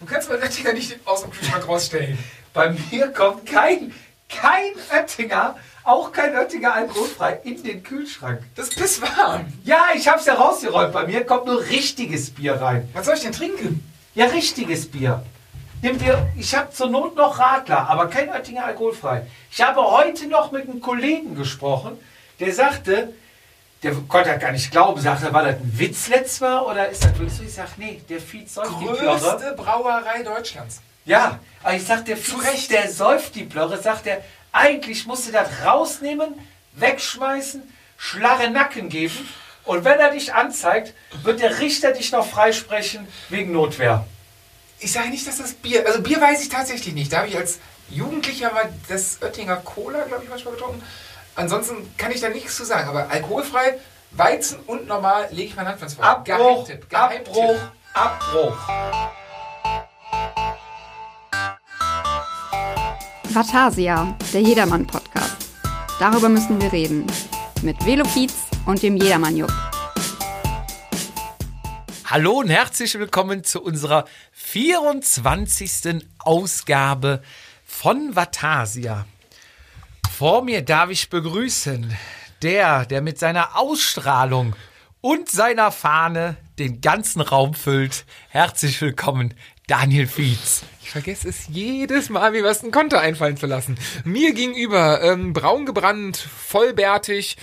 Du kannst meinen Oettinger nicht aus dem Kühlschrank rausstellen. Bei mir kommt kein, kein Oettinger, auch kein Oettinger alkoholfrei in den Kühlschrank. Das ist pisswarm. Ja, ich hab's ja rausgeräumt. Bei mir kommt nur richtiges Bier rein. Was soll ich denn trinken? Ja, richtiges Bier. Nimm dir, ich habe zur Not noch Radler, aber kein Oettinger alkoholfrei. Ich habe heute noch mit einem Kollegen gesprochen, der sagte, der konnte das gar nicht glauben, sagte, war das ein Witz letzt war oder ist das wirklich so? Ich sag, nee, der Fietz säuft die Plörre. Größte Brauerei Deutschlands. Ja, aber ich sag, der Fietz, Recht. der säuft die Plörre, sagt er, eigentlich musst du das rausnehmen, wegschmeißen, schlarre Nacken geben und wenn er dich anzeigt, wird der Richter dich noch freisprechen wegen Notwehr. Ich sage nicht, dass das Bier. Also Bier weiß ich tatsächlich nicht. Da habe ich als Jugendlicher mal das Oettinger Cola, glaube ich, manchmal getrunken. Ansonsten kann ich da nichts zu sagen. Aber alkoholfrei, Weizen und normal lege ich meine Hand fürs Feuer. Abbruch, Geheimtipp, Geheimtipp. Abbruch, Abbruch. Vatasia, der Jedermann-Podcast. Darüber müssen wir reden. Mit Velofiz und dem Jedermann-Jupp. Hallo und herzlich willkommen zu unserer 24. Ausgabe von Vatasia. Vor mir darf ich begrüßen der, der mit seiner Ausstrahlung und seiner Fahne den ganzen Raum füllt. Herzlich willkommen, Daniel Fietz. Ich vergesse es jedes Mal, mir was ein Konter einfallen zu lassen. Mir gegenüber, ähm, braun gebrannt, vollbärtig,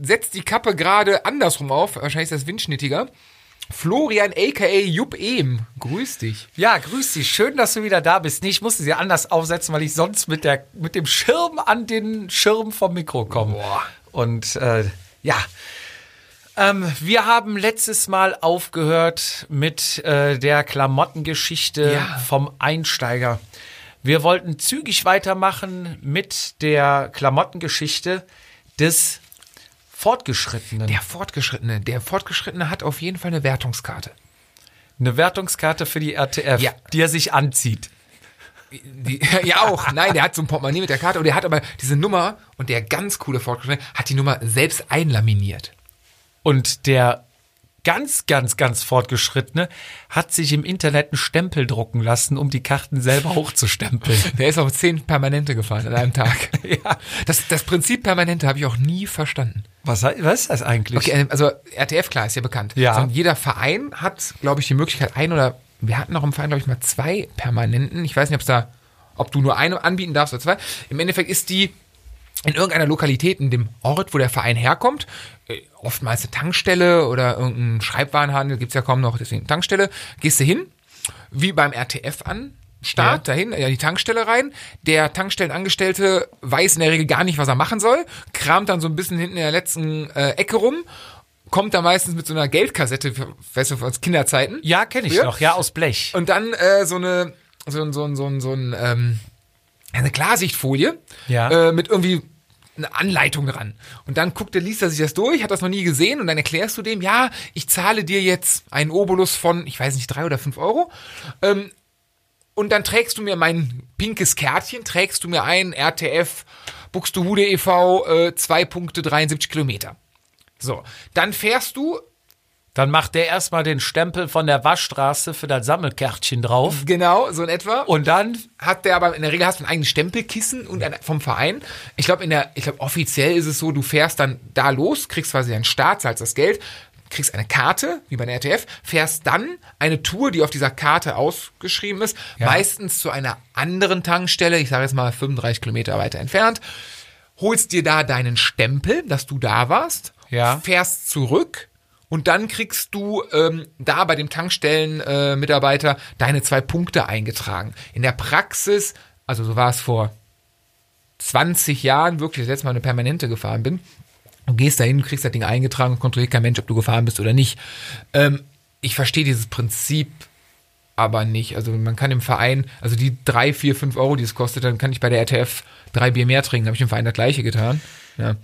setzt die Kappe gerade andersrum auf, wahrscheinlich ist das windschnittiger. Florian aka Jupp Ehm, grüß dich. Ja, grüß dich. Schön, dass du wieder da bist. Nee, ich musste sie anders aufsetzen, weil ich sonst mit, der, mit dem Schirm an den Schirm vom Mikro komme. Und äh, ja. Ähm, wir haben letztes Mal aufgehört mit äh, der Klamottengeschichte Ja. vom Einsteiger. Wir wollten zügig weitermachen mit der Klamottengeschichte des Fortgeschrittenen. Der Fortgeschrittene, der Fortgeschrittene hat auf jeden Fall eine Wertungskarte. Eine Wertungskarte für die RTF, Ja. die er sich anzieht. Die, ja auch, nein, der hat so ein Portemonnaie mit der Karte und der hat aber diese Nummer und der ganz coole Fortgeschrittene hat die Nummer selbst einlaminiert. Und der ganz, ganz, ganz fortgeschrittene hat sich im Internet einen Stempel drucken lassen, um die Karten selber hochzustempeln. Der ist auf zehn Permanente gefahren an einem Tag. Ja. Das, das Prinzip Permanente habe ich auch nie verstanden. Was, was ist das eigentlich? Okay, ähm, also RTF, klar, ist ja bekannt. Ja. So, und jeder Verein hat, glaube ich, die Möglichkeit, ein oder wir hatten noch im Verein, glaube ich, mal zwei Permanenten. Ich weiß nicht, ob es da, ob du nur eine anbieten darfst oder zwei. Im Endeffekt ist die in irgendeiner Lokalität, in dem Ort, wo der Verein herkommt, äh, oftmals eine Tankstelle oder irgendein Schreibwarenhandel, gibt's ja kaum noch, deswegen Tankstelle, gehst du hin, wie beim RTF an. Start dahin, ja, die Tankstelle rein. Der Tankstellenangestellte weiß in der Regel gar nicht, was er machen soll, kramt dann so ein bisschen hinten in der letzten äh, Ecke rum, kommt da meistens mit so einer Geldkassette, weißt du, aus Kinderzeiten. Ja, kenne ich Ja. noch. Ja, aus Blech. Und dann äh, so eine, so ein, so ein, so ein, so ein ähm, eine Klarsichtfolie Ja. äh, mit irgendwie eine Anleitung dran. Und dann guckt der, liest er sich das durch, hat das noch nie gesehen und dann erklärst du dem, ja, ich zahle dir jetzt einen Obolus von, ich weiß nicht, drei oder fünf Euro. Ähm, und dann trägst du mir mein pinkes Kärtchen, trägst du mir ein RTF Buxtehude e.V. Äh, zwei Punkte 73 Kilometer. So, dann fährst du Dann macht der erstmal den Stempel von der Waschstraße für das Sammelkärtchen drauf. genau so in etwa Und dann, hat der aber in der Regel hast du ein eigenes Stempelkissen und ein, vom Verein. Ich glaube, in der, ich glaube, offiziell ist es so, du fährst dann da los, kriegst quasi deinen Start, zahlst das Geld, kriegst eine Karte, wie bei der RTF, fährst dann eine Tour, die auf dieser Karte ausgeschrieben ist, meistens zu einer anderen Tankstelle, ich sage jetzt mal 35 Kilometer weiter entfernt, holst dir da deinen Stempel, dass du da warst, Ja. fährst zurück und dann kriegst du ähm, da bei dem Tankstellenmitarbeiter äh, Mitarbeiter deine zwei Punkte eingetragen. In der Praxis, also so war es vor 20 Jahren wirklich, das letzte Mal eine Permanente gefahren bin, du gehst dahin, du kriegst das Ding eingetragen und kontrolliert kein Mensch, ob du gefahren bist oder nicht. Ähm, ich verstehe dieses Prinzip aber nicht. Also man kann im Verein, also die drei, vier, fünf Euro, die es kostet, dann kann ich bei der RTF drei Bier mehr trinken. Habe ich im Verein das gleiche getan. Ja.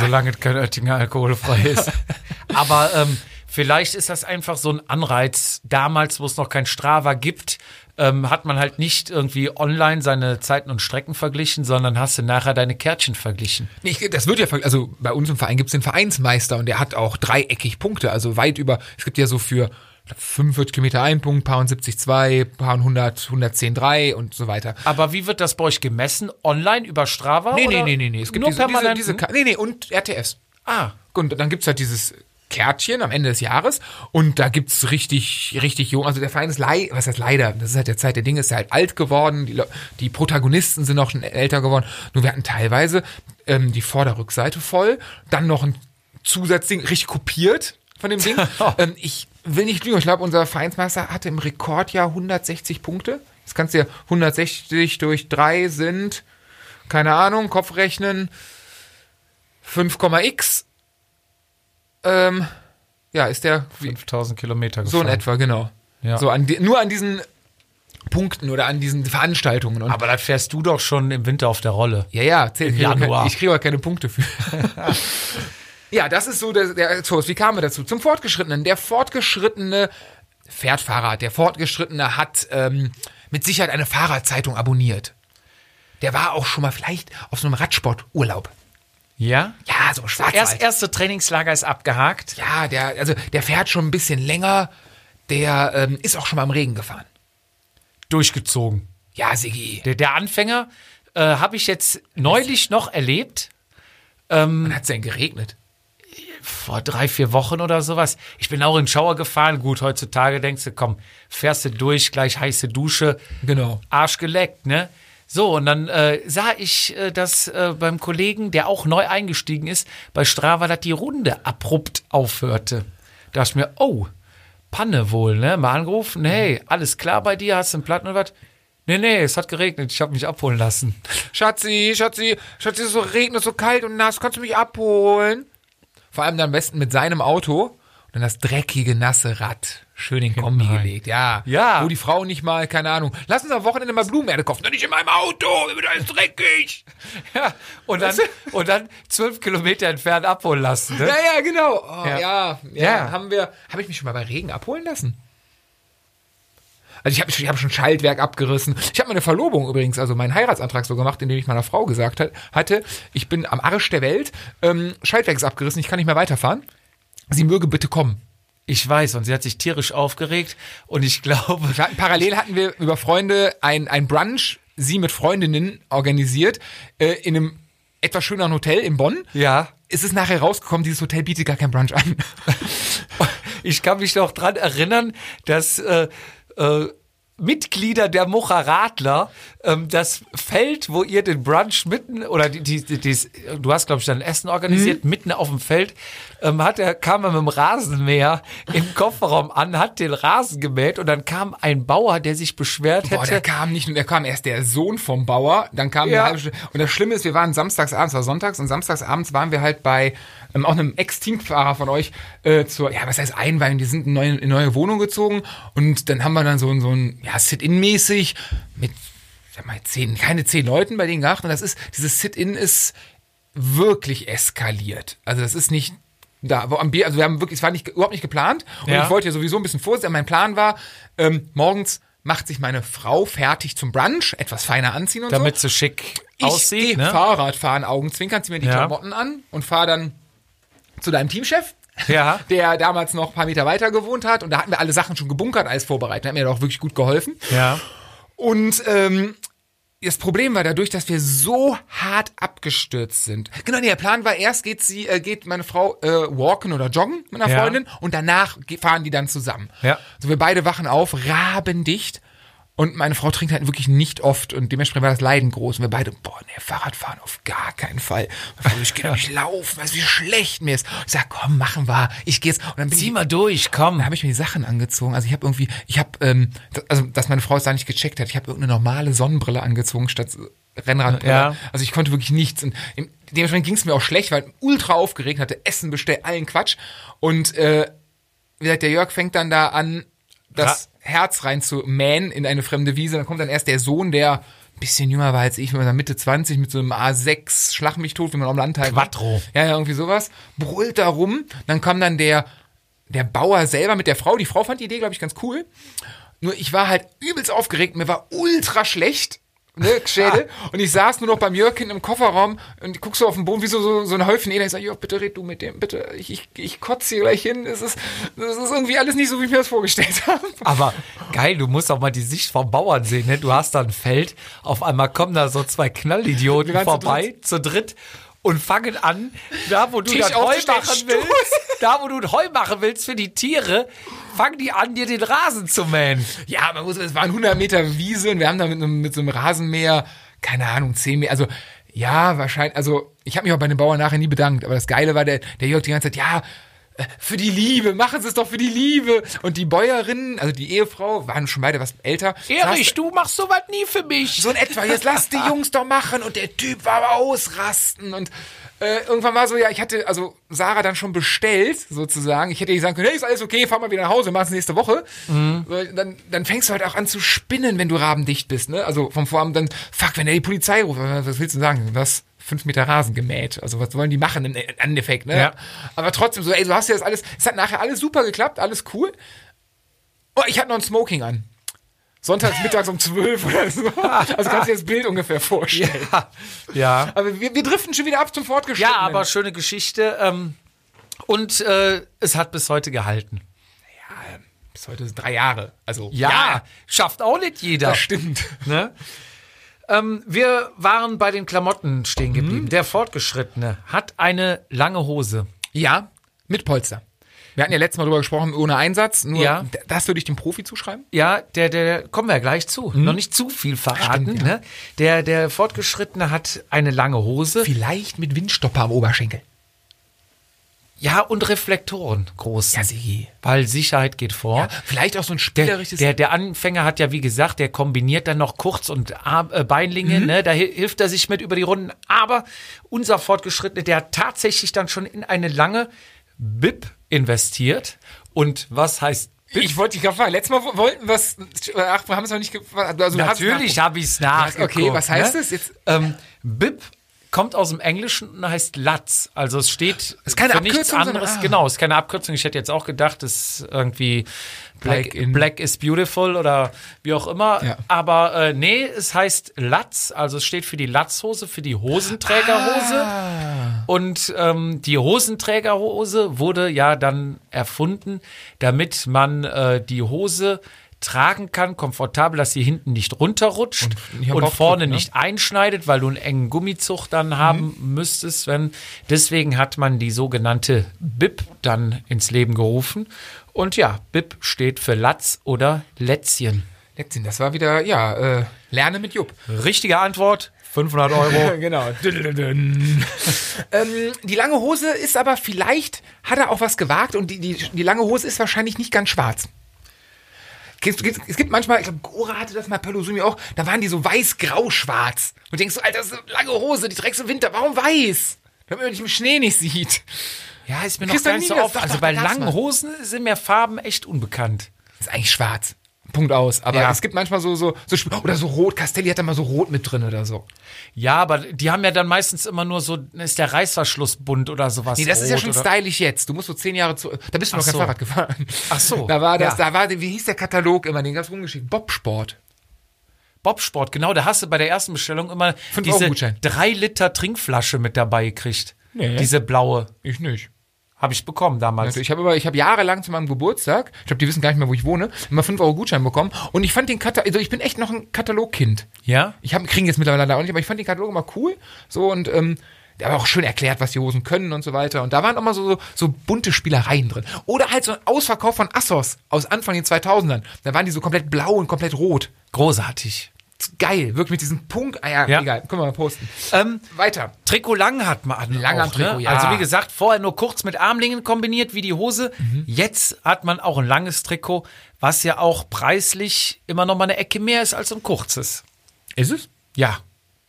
solange es kein Oettinger alkoholfrei ist. Aber ähm, vielleicht ist das einfach so ein Anreiz. Damals, wo es noch kein Strava gibt, ähm, hat man halt nicht irgendwie online seine Zeiten und Strecken verglichen, sondern hast du nachher deine Kärtchen verglichen. Nee, Ich, das wird ja, ver- also bei uns im Verein gibt es den Vereinsmeister und der hat auch dreieckig Punkte, also weit über, es gibt ja so für 45 Kilometer ein Punkt, paar und 70 zwei, paar und 100, 110 drei und so weiter. Aber wie wird das bei euch gemessen? Online über Strava? Nee, nee, oder nee, nee, nee. Es gibt nur diese, diese, permanent. diese, Ka- nee, nee, und RTS. ah, Und dann gibt's halt dieses Kärtchen am Ende des Jahres und da gibt's richtig, richtig jung. Also der Verein ist leider, was heißt leider, das ist halt der Zeit der Dinge, ist ja halt alt geworden, die, Le- die Protagonisten sind auch schon älter geworden. Nur wir hatten teilweise ähm, die Vorderrückseite voll, dann noch ein Zusatzding, richtig kopiert von dem Ding. ähm, ich will nicht lügen, ich glaube, unser Vereinsmeister hatte im Rekordjahr 160 Punkte. Das kannst du ja 160 durch 3 sind, keine Ahnung, Kopf rechnen, 5,x ähm, ja, ist der wie, 5000 Kilometer so in gefahren. etwa, genau. Ja. So an die, nur an diesen Punkten oder an diesen Veranstaltungen. Und, Aber dann fährst du doch schon im Winter auf der Rolle. ja, ja, zählt. Ich kriege auch Januar. keine- Ich kriege auch keine Punkte für. ja, das ist so der, der Exkurs. Wie kamen wir dazu? Zum Fortgeschrittenen. Der Fortgeschrittene fährt Fahrrad. Der Fortgeschrittene hat ähm, mit Sicherheit eine Fahrradzeitung abonniert. Der war auch schon mal vielleicht auf so einem Radsporturlaub. Ja? Ja, so halt. Schwarzwald. Erst, erste Trainingslager ist abgehakt. Ja, der, also der fährt schon ein bisschen länger. Der ähm, ist auch schon mal im Regen gefahren. Durchgezogen. Ja, Sigi. Der, der Anfänger äh, habe ich jetzt neulich noch erlebt. Wann hat's denn geregnet? vor drei, vier Wochen oder sowas. Ich bin auch in den Schauer gefahren. Gut, heutzutage denkst du, komm, fährst du durch, gleich heiße Dusche. Genau. Arsch geleckt, ne? So, und dann äh, sah ich, äh, dass äh, beim Kollegen, der auch neu eingestiegen ist, bei Strava, dass die Runde abrupt aufhörte. Da dachte ich mir, oh, Panne wohl, ne? Mal angerufen, hey, alles klar bei dir, hast du einen Platten oder was? Nee, nee, es hat geregnet, ich habe mich abholen lassen. Schatzi, Schatzi, Schatzi, es ist so regnet, so kalt und nass, kannst du mich abholen? Vor allem dann am besten mit seinem Auto und dann das dreckige, nasse Rad schön in den Kombi rein. gelegt. Ja. Ja. Wo die Frau nicht mal, keine Ahnung, lass uns am Wochenende mal Blumenerde kaufen. Doch nicht in meinem Auto, da ist dreckig. Ja, und dann, und dann zwölf Kilometer entfernt abholen lassen, ne? Ja, ja, genau. Oh, Ja. ja. Ja, Ja. haben wir. Habe ich mich schon mal bei Regen abholen lassen? Also ich habe ich hab schon Schaltwerk abgerissen. Ich habe meine Verlobung übrigens, also meinen Heiratsantrag so gemacht, indem ich meiner Frau gesagt hat, hatte, ich bin am Arsch der Welt, ähm, Schaltwerk ist abgerissen, ich kann nicht mehr weiterfahren. Sie möge bitte kommen. Ich weiß, und sie hat sich tierisch aufgeregt und ich glaube, Wir hatten, parallel hatten wir über Freunde ein, ein Brunch, sie mit Freundinnen organisiert, äh, in einem etwas schöneren Hotel in Bonn. ja, Es ist nachher rausgekommen, dieses Hotel bietet gar kein Brunch an. ich kann mich noch dran erinnern, dass äh, äh, Mitglieder der Mocha Radler ähm, das Feld, wo ihr den Brunch mitten oder die, die, die, dies- du hast glaube ich dann Essen organisiert, mitten auf dem Feld, ähm, hat er kam er mit dem Rasenmäher im Kofferraum an, hat den Rasen gemäht und dann kam ein Bauer, der sich beschwert Boah, der hätte. kam nicht, nur- der kam erst der Sohn vom Bauer, dann kam Ja. eine halbe Stunde. Und das Schlimme ist, wir waren samstagsabends, war sonntags, und samstagsabends waren wir halt bei ähm, auch einem Ex-Teamfahrer von euch äh, zur, ja, was heißt einweihen, die sind in neue, in neue Wohnung gezogen und dann haben wir dann so, ein- so ein, ja, Sit-In-mäßig mit, sag mal, zehn, keine zehn Leuten bei denen gehabt und das ist, dieses Sit-In ist wirklich eskaliert. Also das ist nicht da, wo am Bier, also wir haben wirklich, es war nicht, überhaupt nicht geplant und Ja. ich wollte ja sowieso ein bisschen vorsichtig, aber mein Plan war, ähm, morgens macht sich meine Frau fertig zum Brunch, etwas feiner anziehen und Damit so. sie szick Ich aussieht, geh ne? Fahrrad fahren, Augenzwinkern, zieh mir die Ja. Klamotten an und fahre dann zu deinem Teamchef, Ja. der damals noch ein paar Meter weiter gewohnt hat und da hatten wir alle Sachen schon gebunkert, alles vorbereitet, hat mir da auch wirklich gut geholfen. Ja. Und ähm, das Problem war dadurch, dass wir so hart abgestürzt sind. Genau, nee, der Plan war erst geht sie, äh, geht meine Frau äh, walken oder joggen mit einer Ja. Freundin und danach ge- fahren die dann zusammen. Ja. So wir beide wachen auf, rabendicht. Und meine Frau trinkt halt wirklich nicht oft und dementsprechend war das Leiden groß. Und wir beide, boah, nee, Fahrradfahren auf gar keinen Fall. Meine Frau, Ich gehe doch nicht laufen, weißt du, wie schlecht mir ist. Ich sag, komm, machen wir. Ich gehe jetzt. Und dann bin Zieh ich, mal durch, komm. da habe ich mir die Sachen angezogen. Also ich habe irgendwie, ich habe, ähm, d- also dass meine Frau es da nicht gecheckt hat, ich habe irgendeine normale Sonnenbrille angezogen statt Rennradbrille. Ja. Also ich konnte wirklich nichts. Und im- dementsprechend ging es mir auch schlecht, weil ich ultra aufgeregt hatte, Essen bestellt, allen Quatsch. Und äh, wie gesagt, der Jörg fängt dann da an, das Herz rein zu mähen in eine fremde Wiese. Dann kommt dann erst der Sohn, der ein bisschen jünger war als ich, wenn man Mitte 20 mit so einem A6 Schlag mich tot, wie man am Landteil war. Quattro. Ja, ja, irgendwie sowas. Brüllt da rum. Dann kam dann der, der Bauer selber mit der Frau. Die Frau fand die Idee, glaube ich, ganz cool. Nur ich war halt übelst aufgeregt. Mir war ultra schlecht. ne, Schädel. Und ich saß nur noch beim Jörg hinten im Kofferraum und guck so auf den Boden, wie so, so, so ein Häufchen Elend. Ich sag, Jörg, bitte red du mit dem, bitte. Ich, ich, ich kotze hier gleich hin. Es ist, das ist irgendwie alles nicht so, wie ich mir das vorgestellt habe. Aber geil, du musst auch mal die Sicht vom Bauern sehen. Ne? Du hast da ein Feld, auf einmal kommen da so zwei Knallidioten Wir waren zu vorbei, zu dritt. und fangen an, da wo du Tisch das Heu aufgestellt, machen Stuhl. willst, da wo du ein Heu machen willst für die Tiere, fangen die an, dir den Rasen zu mähen. Ja, man muss, es waren 100 Meter Wiese und wir haben da mit, einem- mit so einem Rasenmäher, keine Ahnung, 10 Meter, also ja, wahrscheinlich, also ich habe mich auch bei den Bauern nachher nie bedankt, aber das Geile war, der, der Jörg die ganze Zeit, ja, äh, für die Liebe, machen Sie es doch für die Liebe. Und die Bäuerinnen, also die Ehefrau, waren schon beide was älter. Erich, saß- du machst sowas nie für mich. so in etwa, jetzt lass die Jungs doch machen. Und der Typ war aber ausrasten. Und äh, irgendwann war so, ja, ich hatte also Sarah dann schon bestellt, sozusagen. Ich hätte ihr sagen können, hey, ist alles okay, fahr mal wieder nach Hause, mach's nächste Woche. So, dann, dann fängst du halt auch an zu spinnen, wenn du rabendicht bist. Ne? Also vom Vorabend dann, fuck, wenn er die Polizei ruft, was willst du denn sagen? Was? Fünf Meter Rasen gemäht. Also, was wollen die machen im Endeffekt, ne? Ja. Aber trotzdem, so, ey, du hast ja das alles. Es hat nachher alles super geklappt, alles cool. Oh, ich hatte noch ein Smoking an. Sonntags mittags um 12 oder so. Also kannst du dir das Bild ungefähr vorstellen. Ja. Aber wir, wir driften schon wieder ab zum Ja, Fortgeschrittenen. aber schöne Geschichte. Ähm, und äh, es hat bis heute gehalten. Äh, bis heute sind drei Jahre. Also Ja, schafft auch nicht jeder. das stimmt. Ne? Ähm, wir waren bei den Klamotten Mhm. stehen geblieben. Der Fortgeschrittene hat eine lange Hose. Ja, mit Polster. Wir hatten ja letztes Mal drüber gesprochen, ohne Einsatz. Nur Ja. d- das würde ich dem Profi zuschreiben. Ja, der, der, kommen wir ja gleich zu. Noch nicht zu viel verraten. Mhm. Stimmt, ja. ne? der, der Fortgeschrittene hat eine lange Hose. Vielleicht mit Windstopper am Oberschenkel. Ja, und Reflektoren groß. Ja, Sigi. weil Sicherheit geht vor. Vielleicht auch so ein Der, spielerisches. der, der Anfänger hat ja, wie gesagt, der kombiniert dann noch Kurz- und Ar äh, Beinlinge, ne? da hi- hilft er sich mit über die Runden. Aber unser Fortgeschrittene, der hat tatsächlich dann schon in eine lange BIP investiert. Und was heißt BIP? ich wollte dich gerade fragen. Letztes Mal wo- wollten wir es. Ach, wir haben es noch nicht. ge- Also, wir haben es Natürlich nachgeguckt. habe ich es nachgeguckt. Okay, was heißt ne? es jetzt? Ähm, BIP kommt aus dem Englischen und heißt Latz. Also es steht Ist keine für nichts Abkürzung, sondern- anderes. ah. Genau, ist keine Abkürzung. Ich hätte jetzt auch gedacht, es ist irgendwie Black, Black in- Black is Beautiful oder wie auch immer. Ja. Aber äh, nee, es heißt Latz. Also es steht für die Latzhose, für die Hosenträgerhose. Ah. Und ähm, die Hosenträgerhose wurde ja dann erfunden, damit man äh, die Hose tragen kann, komfortabel, dass sie hinten nicht runterrutscht Und nicht und, am Bauch drückt, vorne ne? Mhm. nicht einschneidet, weil du einen engen Gummizug dann haben müsstest. Wenn. Deswegen hat man die sogenannte BIP dann ins Leben gerufen. Und ja, BIP steht für Latz oder Lätzchen. Letztens, das war wieder, ja, äh, Lerne mit Jupp. Richtige Antwort, 500 Euro. genau. ähm, die lange Hose ist aber vielleicht, hat er auch was gewagt und die, die, die lange Hose ist wahrscheinlich nicht ganz schwarz. Es gibt, es gibt manchmal, ich glaube, Gora hatte das mal, Pelosumi auch, da waren die so weiß-grau-schwarz. Und du denkst so, Alter, das ist eine lange Hose, die trägst du im Winter, warum weiß? Damit man dich im Schnee nicht sieht. Ja, ist mir noch Christian gar nicht so Niegas, auf. doch, Also doch, bei da gab's langen mal. Hosen sind mir Farben echt unbekannt. Ist eigentlich schwarz. Punkt aus. Aber Ja. es gibt manchmal so, so, so, Sp- oder so rot. Castelli hat da mal so rot mit drin oder so. Ja, aber die haben ja dann meistens immer nur so, ist der Reißverschluss bunt oder sowas. Nee, das ist ja rot schon oder- stylisch jetzt. Du musst so zehn Jahre zu. Da bist du noch Ach kein so. Fahrrad gefahren. Ach so, Da war das, ja. da war, wie hieß der Katalog immer, den ganz rumgeschickt? Bobsport. Bobsport, genau. Da hast du bei der ersten Bestellung immer Fünf Euro diese Gutschein. drei Liter Trinkflasche mit dabei gekriegt. Nee. Diese blaue. Ich nicht. Habe ich bekommen damals. Also ich habe aber, ich habe jahrelang zu meinem Geburtstag, ich glaube, die wissen gar nicht mehr, wo ich wohne, immer 5 Euro Gutschein bekommen. Und ich fand den Katalog, also ich bin echt noch ein Katalogkind. Ja? Ich habe kriegen jetzt mittlerweile leider auch nicht, aber ich fand den Katalog immer cool. So und ähm, der war auch schön erklärt, was die Hosen können und so weiter. Und da waren immer so, so, so bunte Spielereien drin. Oder halt so ein Ausverkauf von Assos aus Anfang den 2000ern. Da waren die so komplett blau und komplett rot. Großartig. geil, wirklich mit diesem Punkt. Ah, ja, Ja. egal, können wir mal posten. Ähm, Weiter. Trikot lang hat man an. Lang am auch, Trikot, ne? ja. Also wie gesagt, vorher nur kurz mit Armlingen kombiniert wie die Hose. Mhm. Jetzt hat man auch ein langes Trikot, was ja auch preislich immer noch mal eine Ecke mehr ist als ein kurzes. Ist es? Ja,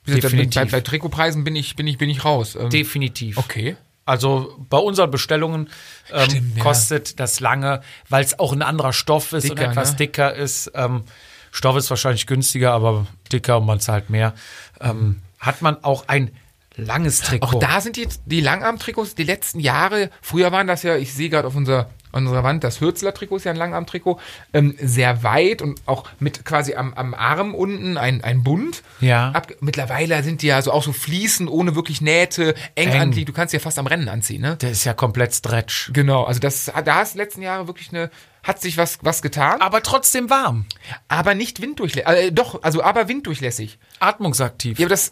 Bei, definitiv. bei Trikotpreisen bin ich, bin ich, bin ich raus. Ähm, Definitiv. okay. Also bei unseren Bestellungen ähm, Stimmt, ja. kostet das lange, weil es auch ein anderer Stoff ist und Dicker, etwas ne? dicker ist. Ähm, Stoff ist wahrscheinlich günstiger, aber dicker und man zahlt mehr. Ähm, hat man auch ein langes Trikot. Auch da sind die, die Langarmtrikots die letzten Jahre, früher waren das ja, ich sehe gerade auf unser, unserer Wand, das Hürzler-Trikot ist ja ein Langarm-Trikot, ähm, sehr weit und auch mit quasi am, am Arm unten ein, ein Bund. Ja. Ab, mittlerweile sind die ja so auch so fließend, ohne wirklich Nähte, eng, Eng. anliegend. Du kannst die ja fast am Rennen anziehen, ne? Der ist ja komplett stretch. Genau, also das, da hast letzten Jahre wirklich eine, hat sich was, was getan, Aber trotzdem warm. aber nicht winddurchlässig. Äh, doch, also aber winddurchlässig. Atmungsaktiv. Ja, aber das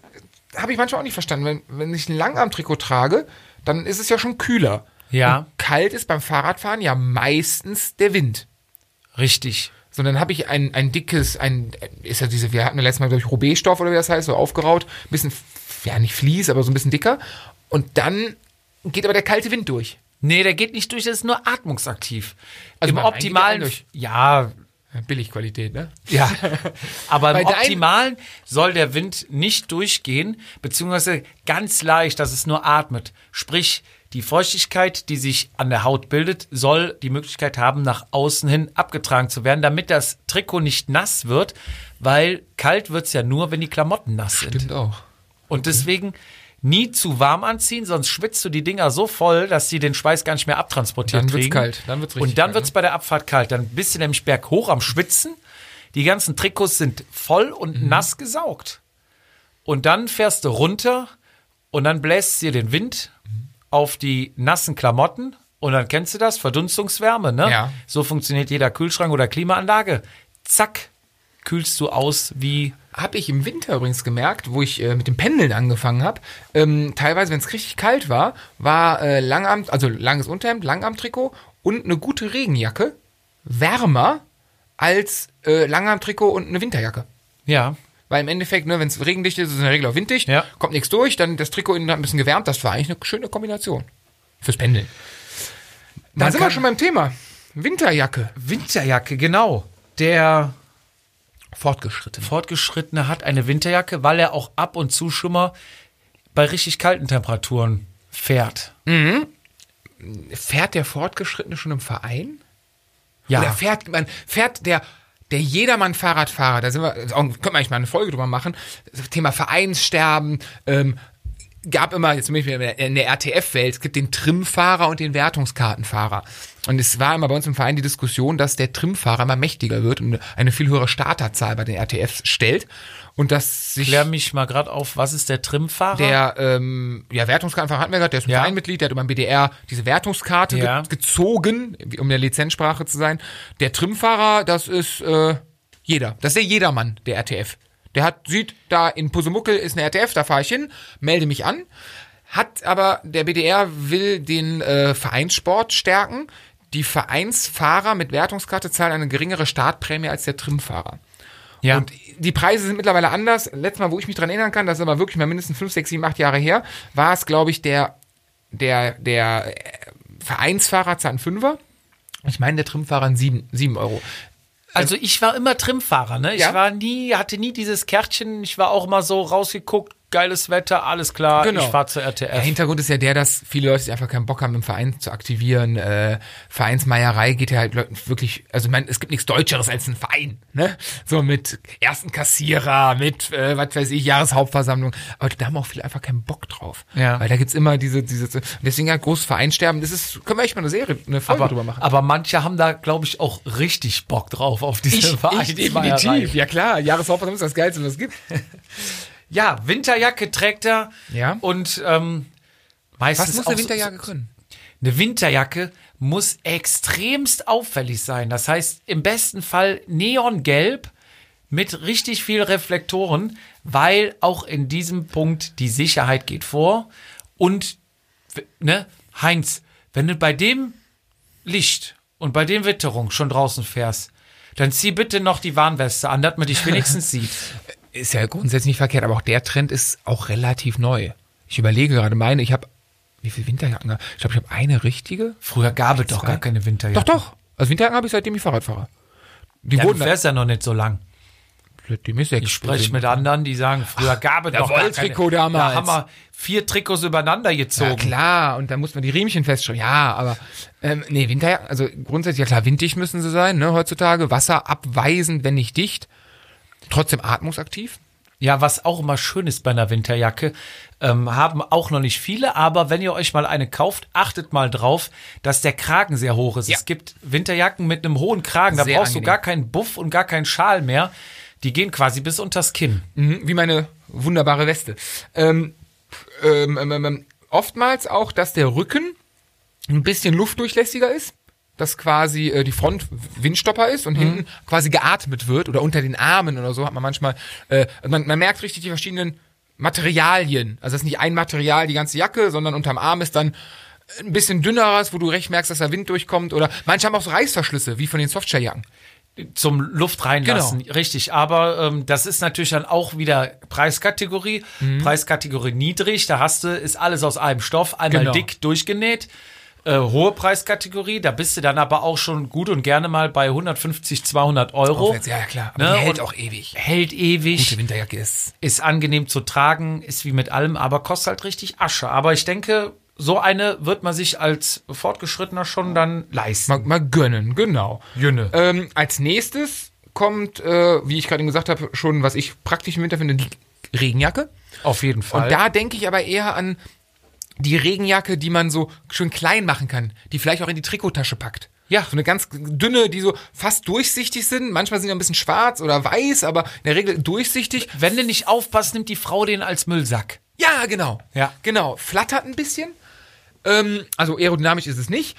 habe ich manchmal auch nicht verstanden. Wenn, wenn ich ein Langarmtrikot trage, dann ist es ja schon kühler. Ja. Und kalt ist beim Fahrradfahren ja meistens der Wind. Richtig. So, dann habe ich ein, ein dickes, ein, ist ja diese, wir hatten ja letztes Mal, glaube ich, Roubaix-Stoff oder wie das heißt, so aufgeraut, ein bisschen, ja, nicht Vlies, aber so ein bisschen dicker. Und dann geht aber der kalte Wind durch. Nee, der geht nicht durch, der ist nur atmungsaktiv. Also Im beim Rein geht der optimalen. rein durch. Ja, Billigqualität, ne? ja. Aber Bei im deinem- optimalen soll der Wind nicht durchgehen, beziehungsweise ganz leicht, dass es nur atmet. Sprich, die Feuchtigkeit, die sich an der Haut bildet, soll die Möglichkeit haben, nach außen hin abgetragen zu werden, damit das Trikot nicht nass wird, weil kalt wird's ja nur, wenn die Klamotten nass sind. Stimmt auch. Und deswegen nie zu warm anziehen, sonst schwitzt du die Dinger so voll, dass sie den Schweiß gar nicht mehr abtransportiert Dann wird's kriegen. kalt, dann wird's richtig Und dann kalt, ne? wird's bei der Abfahrt kalt. Dann bist du nämlich berghoch am Schwitzen. Die ganzen Trikots sind voll und Mhm. nass gesaugt. Und dann fährst du runter und dann bläst dir den Wind Mhm. auf die nassen Klamotten. Und dann kennst du das, Verdunstungswärme, ne? Ja. So funktioniert jeder Kühlschrank oder Klimaanlage. Zack, kühlst du aus wie Habe ich im Winter übrigens gemerkt, wo ich äh, mit dem Pendeln angefangen habe. Ähm, teilweise, wenn es richtig kalt war, war äh, Langarm, also langes Unterhemd, Langarmtrikot und eine gute Regenjacke wärmer als äh, Langarmtrikot und eine Winterjacke. ja, Weil im Endeffekt, ne, wenn es regendicht ist, ist es in der Regel auch winddicht, Ja. kommt nichts durch, dann das Trikot innen hat ein bisschen gewärmt. Das war eigentlich eine schöne Kombination fürs Pendeln. Da Man sind wir kann- schon beim Thema. Winterjacke. Winterjacke, genau. Der Fortgeschritten. Fortgeschrittene hat eine Winterjacke, weil er auch ab und zu schon mal bei richtig kalten Temperaturen fährt. Fährt der Fortgeschrittene schon im Verein? Ja, Oder fährt man, fährt der, der jedermann Fahrradfahrer, da sind wir, also können wir eigentlich mal eine Folge drüber machen, das Thema Vereinssterben, ähm, gab immer, jetzt bin ich wieder in der RTF-Welt, es gibt den Trimfahrer und den Wertungskartenfahrer. Und es war immer bei uns im Verein die Diskussion, dass der Trimfahrer immer mächtiger wird und eine viel höhere Starterzahl bei den RTFs stellt. Und dass sich klär mich mal gerade auf, was ist der Trimfahrer? der ähm, ja, Wertungskartenfahrer hatten wir gerade, der ist ein Ja. Vereinmitglied, der hat über den BDR diese Wertungskarte Ja. ge gezogen, um der Lizenzsprache zu sein. Der Trimfahrer, das ist äh, jeder. Das ist der Jedermann, der RTF. Der hat, sieht, da in Pusemuckel ist eine RTF, da fahre ich hin, melde mich an. Hat aber, der BDR will den äh, Vereinssport stärken. Die Vereinsfahrer mit Wertungskarte zahlen eine geringere Startprämie als der Trimfahrer. ja. Und die Preise sind mittlerweile anders. Letztes Mal, wo ich mich dran erinnern kann, das ist aber wirklich mal mindestens 5, 6, 7, 8 Jahre her, war es, glaube ich, der, der, der äh, Vereinsfahrer zahlt einen Fünfer. Ich meine, der Trimfahrer einen 7, 7 Euro. also ich war immer Trimfahrer, ne? Ich Ja. war nie, hatte nie dieses Kärtchen, ich war auch immer so rausgeguckt, geiles Wetter, alles klar, ich fahr zur Der RTF. Hintergrund ist Genau. ja der, dass viele Leute sich einfach keinen Bock haben, im Verein zu aktivieren. Äh, Vereinsmeierei geht ja halt Leuten wirklich, also ich meine, es gibt nichts Deutscheres als ein Verein, ne? So mit ersten Kassierer, mit, äh, was weiß ich, Jahreshauptversammlung. Aber da haben auch viele einfach keinen Bock drauf. Ja. Weil da gibt's immer diese, diese, und deswegen ja großes Vereinsterben. Das ist, können wir echt mal eine Serie, eine Folge drüber aber, machen. aber manche haben da, glaube ich, auch richtig Bock drauf auf diese Vereinsmeierei. ja klar. Jahreshauptversammlung ist das Geilste, was es gibt. Ja, Winterjacke trägt er. Ja. Und ähm, meistens Was muss auch eine so- Winterjacke können? Eine Winterjacke muss extremst auffällig sein. Das heißt, im besten Fall neongelb mit richtig viel Reflektoren, weil auch in diesem Punkt die Sicherheit geht vor. Und, ne, Heinz, wenn du bei dem Licht und bei dem Witterung schon draußen fährst, dann zieh bitte noch die Warnweste an, dass man dich wenigstens sieht. ist ja grundsätzlich nicht verkehrt, aber auch der Trend ist auch relativ neu. Ich überlege gerade, meine, ich habe wie viele Winterjacken? hab- Ich glaube, ich habe eine richtige. Früher gab es doch Zwei? gar keine Winterjacke. ne? Doch, doch. Also Winterjacken habe ich seitdem ich Fahrrad fahre. Die Ja, du wurden dann, fährst ja noch nicht so lang. seitdem ich sechs Ich spreche mit anderen, die sagen, früher gab es der noch gar Wolltrikot keine. damals. Da haben wir vier Trikots übereinander Ja, gezogen. klar, und dann muss man die Riemchen festschreiben. Ja, aber ähm, nee, Winterjacken, also grundsätzlich, ja klar, winddicht müssen sie sein, ne, heutzutage. Wasserabweisend, wenn nicht dicht. Trotzdem atmungsaktiv. Ja, was auch immer schön ist bei einer Winterjacke, ähm, haben auch noch nicht viele, aber wenn ihr euch mal eine kauft, achtet mal drauf, dass der Kragen sehr hoch ist. Ja. Es gibt Winterjacken mit einem hohen Kragen, da Sehr brauchst angenehm. du gar keinen Buff und gar keinen Schal mehr. Die gehen quasi bis unters Kinn. Mhm, wie meine wunderbare Weste. Ähm, ähm, ähm, ähm, oftmals auch, dass der Rücken ein bisschen luftdurchlässiger ist, dass quasi äh, die Front Windstopper ist und Mhm. hinten quasi geatmet wird oder unter den Armen oder so hat man manchmal, äh, man, man merkt richtig die verschiedenen Materialien. Also es ist nicht ein Material die ganze Jacke, sondern unterm Arm ist dann ein bisschen dünneres, wo du recht merkst, dass der Wind durchkommt oder manche haben auch so Reißverschlüsse, wie von den Softshelljacken. zum Luft reinlassen. Genau. Richtig, aber ähm, das ist natürlich dann auch wieder Preiskategorie. Mhm. Preiskategorie niedrig, da hast du, ist alles aus einem Stoff, einmal Genau. dick durchgenäht. Äh, hohe Preiskategorie, da bist du dann aber auch schon gut und gerne mal bei 150, 200 Euro. Aufwärts, ja, ja, klar. Aber Ne? die hält und auch ewig. hält ewig Die Winterjacke ist ist angenehm zu tragen, ist wie mit allem, aber kostet halt richtig Asche. Aber ich denke, so eine wird man sich als Fortgeschrittener schon dann leisten. Mal, mal gönnen, genau. Jünne. Ähm, als nächstes kommt, äh, wie ich gerade eben gesagt habe, schon, was ich praktisch im Winter finde, die Regenjacke. Auf jeden Fall. Und da denke ich aber eher an die Regenjacke, die man so schön klein machen kann, die vielleicht auch in die Trikottasche packt. Ja, so eine ganz dünne, die so fast durchsichtig sind. Manchmal sind die ein bisschen schwarz oder weiß, aber in der Regel durchsichtig. Wenn du nicht aufpasst, nimmt die Frau den als Müllsack. Ja, genau. Ja. Genau. Flattert ein bisschen. Ähm, also aerodynamisch ist es nicht.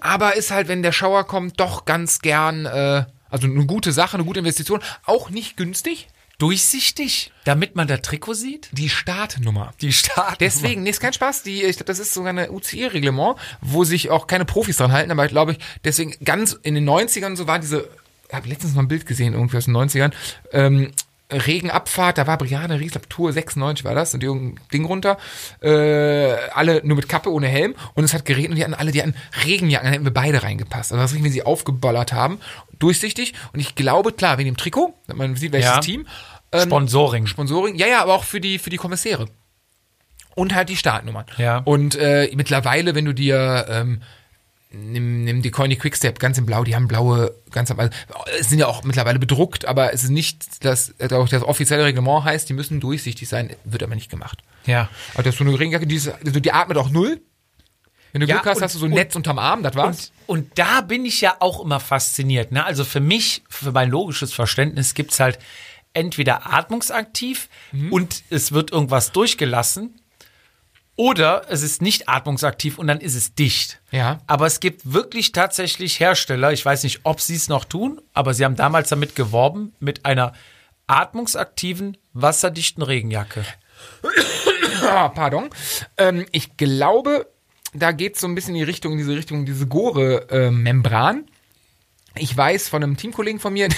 Aber ist halt, wenn der Schauer kommt, doch ganz gern, äh, also eine gute Sache, eine gute Investition. Auch nicht günstig. Durchsichtig, damit man das Trikot sieht? Die Startnummer. Die Staat. Deswegen, nee, ist kein Spaß. Die, ich glaube, das ist sogar eine UCI-Reglement, wo sich auch keine Profis dran halten, aber ich glaube, ich, deswegen ganz in den 90ern und so war diese, ich habe letztens mal ein Bild gesehen, irgendwie aus den 90ern, ähm, Regenabfahrt, da war Briane Ries, glaub, Tour 96 war das, und irgendein Ding runter, äh, alle nur mit Kappe, ohne Helm, und es hat geregnet und die hatten alle, die hatten Regenjacken, da hätten wir beide reingepasst. Also das riecht, wenn sie aufgeballert haben, durchsichtig, und ich glaube, klar, wegen dem Trikot, dass man sieht, welches Ja. Team, ähm, Sponsoring. Sponsoring, ja, ja, aber auch für die, für die Kommissäre. Und halt die Startnummern. Ja. Und äh, mittlerweile, wenn du dir, ähm, nimm, nimm die Coiny Quickstep ganz in blau, die haben blaue, ganz am, also, es sind ja auch mittlerweile bedruckt, aber es ist nicht, dass auch das offizielle Reglement heißt, die müssen durchsichtig sein, wird aber nicht gemacht. Ja. Aber das ist so eine Regenjacke, die, ist, also die atmet auch null. Wenn du Ja, Glück hast, und- hast du so ein und- Netz unterm Arm, das war's. Und, und da bin ich ja auch immer fasziniert. Ne? Also für mich, für mein logisches Verständnis, gibt's halt entweder atmungsaktiv und es wird irgendwas durchgelassen oder es ist nicht atmungsaktiv und dann ist es dicht. Ja. Aber es gibt wirklich tatsächlich Hersteller, ich weiß nicht, ob sie es noch tun, aber sie haben damals damit geworben, mit einer atmungsaktiven, wasserdichten Regenjacke. Ah, pardon. Ähm, ich glaube, da geht es so ein bisschen in die Richtung, in diese Richtung, diese Gore-Membran. ich weiß von einem Teamkollegen von mir, äh,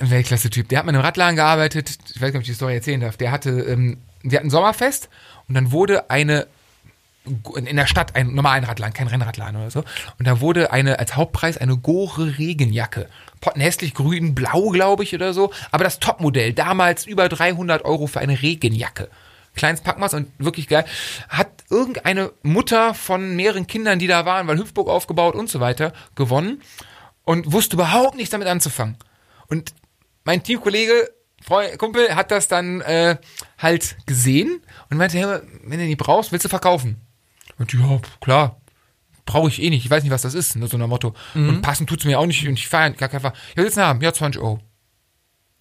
Weltklasse-Typ, der hat mal im Radladen gearbeitet, ich weiß nicht, ob ich die Story erzählen darf, der hatte, ähm, der hat ein Sommerfest und dann wurde eine in in der Stadt einen normalen Radladen, kein Rennradladen oder so. Und da wurde eine als Hauptpreis eine Gore Regenjacke, pottenhässlich grün, blau, glaube ich oder so, aber das Topmodell, damals über 300 Euro für eine Regenjacke. Kleines Packmaß und wirklich geil. Hat irgendeine Mutter von mehreren Kindern, die da waren, weil Hüpfburg aufgebaut und so weiter, gewonnen und wusste überhaupt nichts damit anzufangen. Und mein Teamkollege, Freund, Kumpel, hat das dann äh, halt gesehen und meinte, hey, wenn du die brauchst, willst du verkaufen? Und ich, ja, klar, brauche ich eh nicht, ich weiß nicht, was das ist, ne, so ein Motto. Und passen tut's mir auch nicht und ich feiere gar keinen Fall. Ja, willst du haben? Ja, 20 Euro.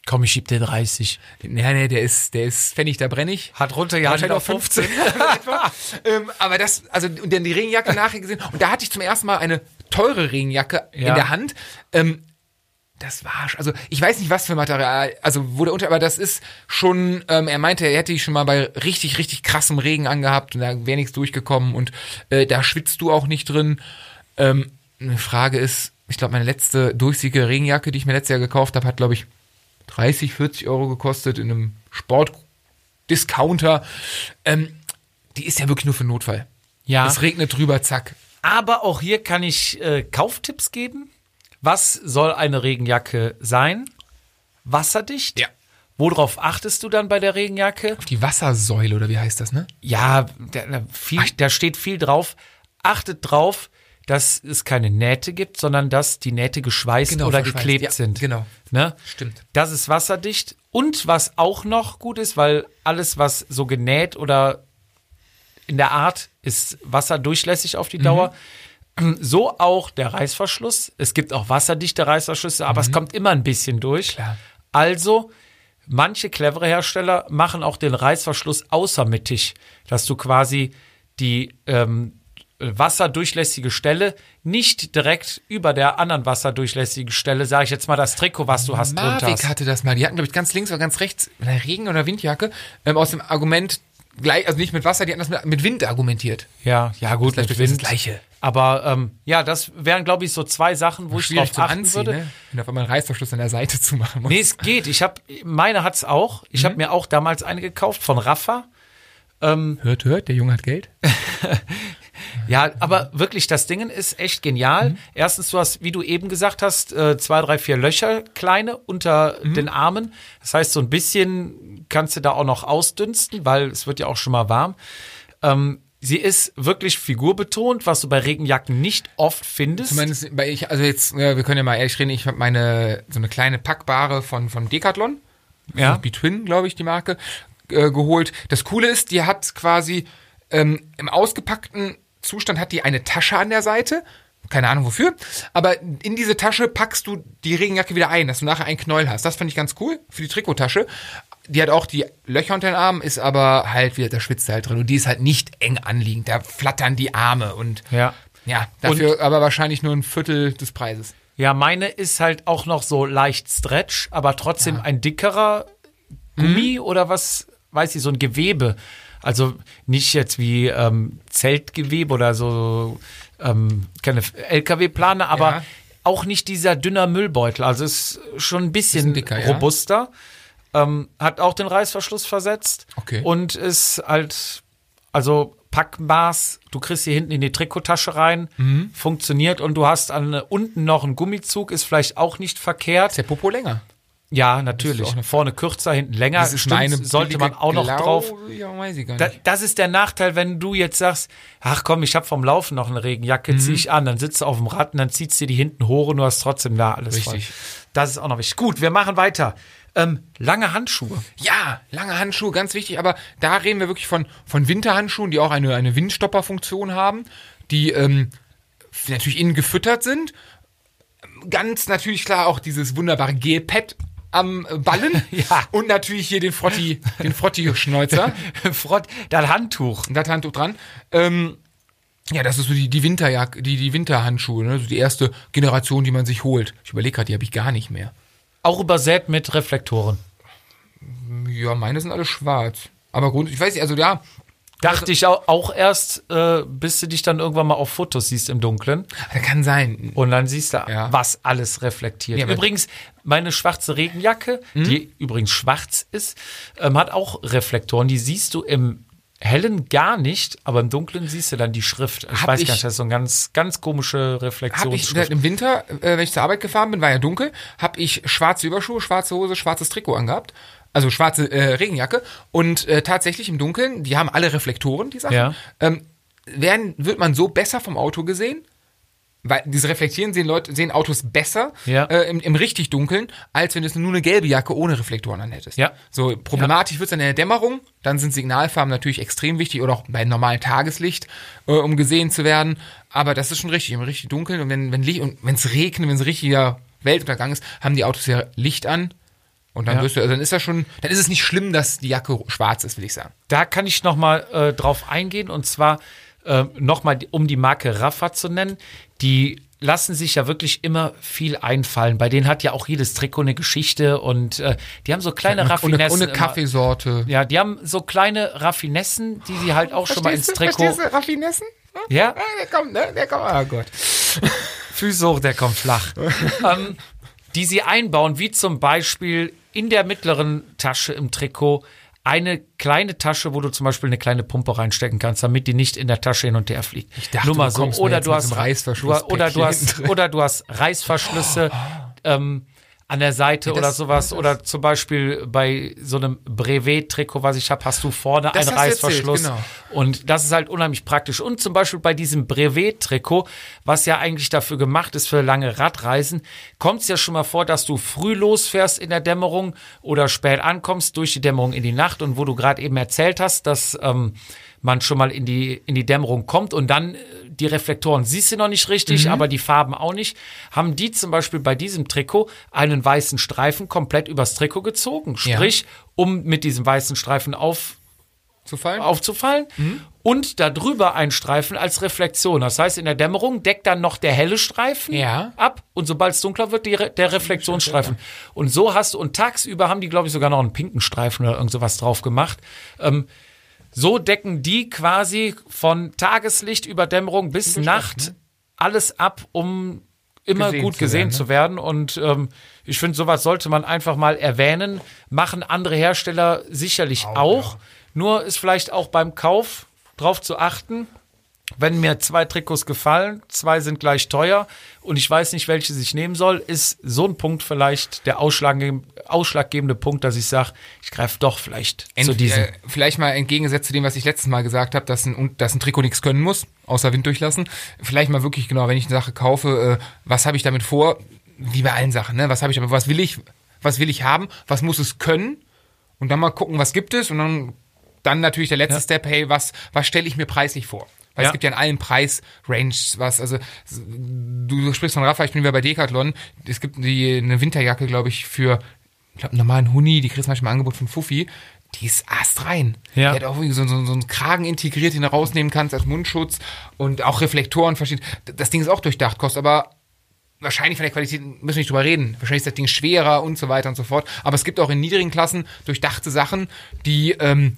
Komm, ich schieb dir 30. Nee, nee, der ist, der ist pfennig, da brenne ich. Hat runtergehalten Wahrscheinlich auf 15. ähm, aber das, also und dann die Regenjacke nachher gesehen und da hatte ich zum ersten Mal eine teure Regenjacke in Ja. der Hand. Ähm, das war, sch- also ich weiß nicht, was für Material, also wurde unter, aber das ist schon, ähm, er meinte, er hätte die schon mal bei richtig, richtig krassem Regen angehabt und da wäre nichts durchgekommen und äh, da schwitzt du auch nicht drin. Ähm, eine Frage ist, ich glaube, meine letzte durchsichtige Regenjacke, die ich mir letztes Jahr gekauft habe, hat, glaube ich, 30, 40 Euro gekostet in einem Sport-Discounter. Ähm, die ist ja wirklich nur für Notfall. Ja. Es regnet drüber, zack. Aber auch hier kann ich äh, Kauftipps geben. Was soll eine Regenjacke sein? Wasserdicht? Ja. Worauf achtest du dann bei der Regenjacke? Die Wassersäule, oder wie heißt das, ne? Ja, da, da, viel, da steht viel drauf. Achtet drauf, dass es keine Nähte gibt, sondern dass die Nähte geschweißt Genau, oder verschweißt. geklebt Ja, sind. genau. Ne? Stimmt. Das ist wasserdicht. Und was auch noch gut ist, weil alles, was so genäht oder in der Art ist wasserdurchlässig Mhm. auf die Dauer. So auch der Reißverschluss. Es gibt auch wasserdichte Reißverschlüsse, aber es kommt immer ein bisschen durch. Mhm. Klar. Also, manche clevere Hersteller machen auch den Reißverschluss außermittig, dass du quasi die ähm, wasserdurchlässige Stelle nicht direkt über der anderen wasserdurchlässigen Stelle, sage ich jetzt mal, das Trikot, was du hast, drunter Mavic hast. Ah, hatte das mal. Die hatten, glaube ich, ganz links oder ganz rechts eine Regen- oder Windjacke ähm, aus dem Argument, gleich, also nicht mit Wasser, die hatten das mit, mit Wind argumentiert. Ja, ja gut, Das mit ist natürlich Wind. das Gleiche. Aber ähm, ja, das wären, glaube ich, so zwei Sachen, wo ich drauf achten würde. ne? Wenn du auf einmal einen Reißverschluss an der Seite zumachen musst. Nee, es geht. Ich habe meine hat's auch. Ich habe mir auch damals eine gekauft von Rafa. Hört, hört, der Junge hat Geld. Ja, aber wirklich, das Ding ist echt genial. Erstens, du hast, wie du eben gesagt hast, äh, zwei, drei, vier Löcher, kleine unter den Armen. Das heißt, so ein bisschen kannst du da auch noch ausdünsten, weil es wird ja auch schon mal warm. Ähm, sie ist wirklich figurbetont, was du bei Regenjacken nicht oft findest. Zumindest bei ich, also jetzt, äh, wir können ja mal ehrlich reden, ich habe meine, so eine kleine packbare von, von Decathlon. Ja. Be Twin, glaube ich, die Marke, äh, geholt. Das Coole ist, die hat quasi ähm, im ausgepackten Zustand hat die eine Tasche an der Seite. Keine Ahnung wofür. Aber in diese Tasche packst du die Regenjacke wieder ein, dass du nachher einen Knäuel hast. Das fand ich ganz cool für die Trikottasche. Die hat auch die Löcher unter den Armen, ist aber halt wieder, da schwitzt du halt drin. Und die ist halt nicht eng anliegend. Da flattern die Arme und Ja. ja, dafür aber wahrscheinlich nur ein Viertel des Preises. Ja, meine ist halt auch noch so leicht Stretch, aber trotzdem ein dickerer Gummi Mhm. oder was weiß ich, so ein Gewebe. Also nicht jetzt wie ähm, Zeltgewebe oder so, ähm, keine LKW-Plane, aber Ja. auch nicht dieser dünner Müllbeutel. Also ist schon ein bisschen, Bisschen dicker, ja. robuster. Ähm, hat auch den Reißverschluss versetzt. Okay. Und ist halt, also Packmaß, du kriegst hier hinten in die Trikottasche rein, Mhm. funktioniert und du hast an, unten noch einen Gummizug, ist vielleicht auch nicht Ist verkehrt. der Popo länger? Ja, natürlich. auch eine- Vorne kürzer, hinten Ah, länger. Stimmt, sollte man auch noch drauf. Ja, weiß ich gar Da, nicht. das ist der Nachteil, wenn du jetzt sagst, ach komm, ich habe vom Laufen noch eine Regenjacke, Mhm. zieh ich an, dann sitzt du auf dem Rad und dann ziehst du die hinten hoch und du hast trotzdem da alles Richtig. voll. Das ist auch noch wichtig. Gut, wir machen weiter. Ähm, lange Handschuhe. Ja, lange Handschuhe, ganz wichtig, aber da reden wir wirklich von, von Winterhandschuhen, die auch eine, eine Windstopperfunktion haben, die ähm, f- natürlich innen gefüttert sind. Ganz natürlich klar auch dieses wunderbare Gelpad am äh, Ballen. Ja. Und natürlich hier den Frotti, den Frotti-Schneuzer. Frott, das Handtuch. da hat Handtuch dran. Ähm, ja, das ist so die, die Winterjacke, die, die Winterhandschuhe, ne? so die erste Generation, die man sich holt. Ich überlege gerade, die habe ich gar nicht mehr. Auch übersät mit Reflektoren. Ja, meine sind alle schwarz. Aber grundsätzlich, ich weiß nicht, also ja, Also Dachte ich auch, auch erst, äh, bis du dich dann irgendwann mal auf Fotos siehst im Dunkeln. kann sein. Und dann siehst du, Ja. was alles reflektiert. Ja, Hm? aber- übrigens, meine schwarze Regenjacke, die übrigens schwarz ist, ähm, hat auch Reflektoren. Die siehst du im Hellen gar nicht, aber im Dunklen siehst du dann die Schrift. Ich Hab weiß ich- gar nicht, das ist so eine ganz, ganz komische Hab ich Reflexionsschrift. seit im Winter, äh, wenn ich zur Arbeit gefahren bin, war ja dunkel, habe ich schwarze Überschuhe, schwarze Hose, schwarzes Trikot angehabt. Also schwarze äh, Regenjacke. Und äh, tatsächlich im Dunkeln, die haben alle Reflektoren, die Sachen. Ja. Ähm, werden, wird man so besser vom Auto gesehen? Weil diese Reflektieren sehen Leute, sehen Autos besser Ja. äh, im, im richtig Dunkeln, als wenn du nur eine gelbe Jacke ohne Reflektoren an hättest. Ja. So problematisch wird's dann in der Dämmerung. Dann sind Signalfarben natürlich extrem wichtig oder auch bei normalem Tageslicht, äh, um gesehen zu werden. Aber das ist schon richtig, im richtig Dunkeln. Und wenn wenn Licht, und wenn's regnet, wenn's richtiger Weltuntergang ist, haben die Autos ja Licht an. Und dann Ja. wirst du, also dann ist das schon, dann ist es nicht schlimm, dass die Jacke schwarz ist, will ich sagen. Da kann ich noch mal äh, drauf eingehen und zwar äh, noch mal, um die Marke Rafa zu nennen. Die lassen sich ja wirklich immer viel einfallen. Bei denen hat ja auch jedes Trikot eine Geschichte und äh, die haben so kleine Ohne, Raffinessen. ohne immer. Kaffeesorte. Ja, die haben so kleine Raffinessen, die sie halt auch schon mal ins Verstehst du? Trikot. Verstehst du, Raffinessen? Hm? Ja, Ah, Der kommt, ne? Der kommt, oh Gott. Füße hoch, der kommt flach. ähm, die sie einbauen, wie zum Beispiel in der mittleren Tasche im Trikot eine kleine Tasche, wo du zum Beispiel eine kleine Pumpe reinstecken kannst, damit die nicht in der Tasche hin und her fliegt. Ich dachte, du kommst mir Oder jetzt du mit hast einem Reißverschlusspäckchen du- Oder du hast, hinten oder du hast Reißverschlüsse. Ähm, an der Seite Ah. Ja, das- oder sowas. das- Oder zum Beispiel bei so einem Brevet-Trikot, was ich habe, hast du vorne Das hast einen du erzählt, Reißverschluss. genau. Und das ist halt unheimlich praktisch. Und zum Beispiel bei diesem Brevet-Trikot, was ja eigentlich dafür gemacht ist für lange Radreisen, kommt es ja schon mal vor, dass du früh losfährst in der Dämmerung oder spät ankommst durch die Dämmerung in die Nacht. Und wo du gerade eben erzählt hast, dass ähm, man schon mal in die, in die Dämmerung kommt und dann äh, die Reflektoren siehst du noch nicht richtig, Mhm. aber die Farben auch nicht, haben die zum Beispiel bei diesem Trikot einen weißen Streifen komplett übers Trikot gezogen. Ja. Sprich, um mit diesem weißen Streifen auf Zufall? aufzufallen. Und darüber ein Streifen als Reflexion. Das heißt, in der Dämmerung deckt dann noch der helle Streifen Ja. ab und sobald es dunkler wird, die Re der Reflexionsstreifen. Und so hast du, und tagsüber haben die, glaube ich, sogar noch einen pinken Streifen oder irgend sowas drauf gemacht. Ähm, so decken die quasi von Tageslicht über Dämmerung bis Nacht alles ab, um immer ne? Gesehen gut zu gesehen werden, ne? zu werden. Und ähm, ich finde, sowas sollte man einfach mal erwähnen. Machen andere Hersteller sicherlich auch. Nur ist vielleicht auch beim Kauf drauf zu achten, wenn mir zwei Trikots gefallen, zwei sind gleich teuer und ich weiß nicht, welches ich nehmen soll, ist so ein Punkt vielleicht der ausschlagge- ausschlaggebende Punkt, dass ich sage, ich greife doch vielleicht Ent- zu diesem. äh, vielleicht mal entgegengesetzt zu dem, was ich letztes Mal gesagt habe, dass ein, und- dass ein Trikot nichts können muss, außer Wind durchlassen. Vielleicht mal wirklich genau, wenn ich eine Sache kaufe, äh, was habe ich damit vor? Wie bei allen Sachen, ne? Was habe ich damit? Was will ich? Was will ich haben? Was muss es können? Und dann mal gucken, was gibt es? Und dann, dann natürlich der letzte Step, hey, was, was stelle ich mir preislich vor? Weil Ja. es gibt ja in allen Preisranges was. Also du sprichst von Rafa, ich bin wieder bei Decathlon. Es gibt die, eine Winterjacke, glaube ich, für ich glaub, einen normalen Huni, die kriegst du manchmal im Angebot von Fuffi. Die ist astrein. Ja. Die hat auch irgendwie so, so, so einen Kragen integriert, den du rausnehmen kannst als Mundschutz und auch Reflektoren verschieden. D- Das Ding ist auch durchdacht, kostet aber wahrscheinlich von der Qualität müssen wir nicht drüber reden. Wahrscheinlich ist das Ding schwerer und so weiter und so fort. Aber es gibt auch in niedrigen Klassen durchdachte Sachen, die ähm,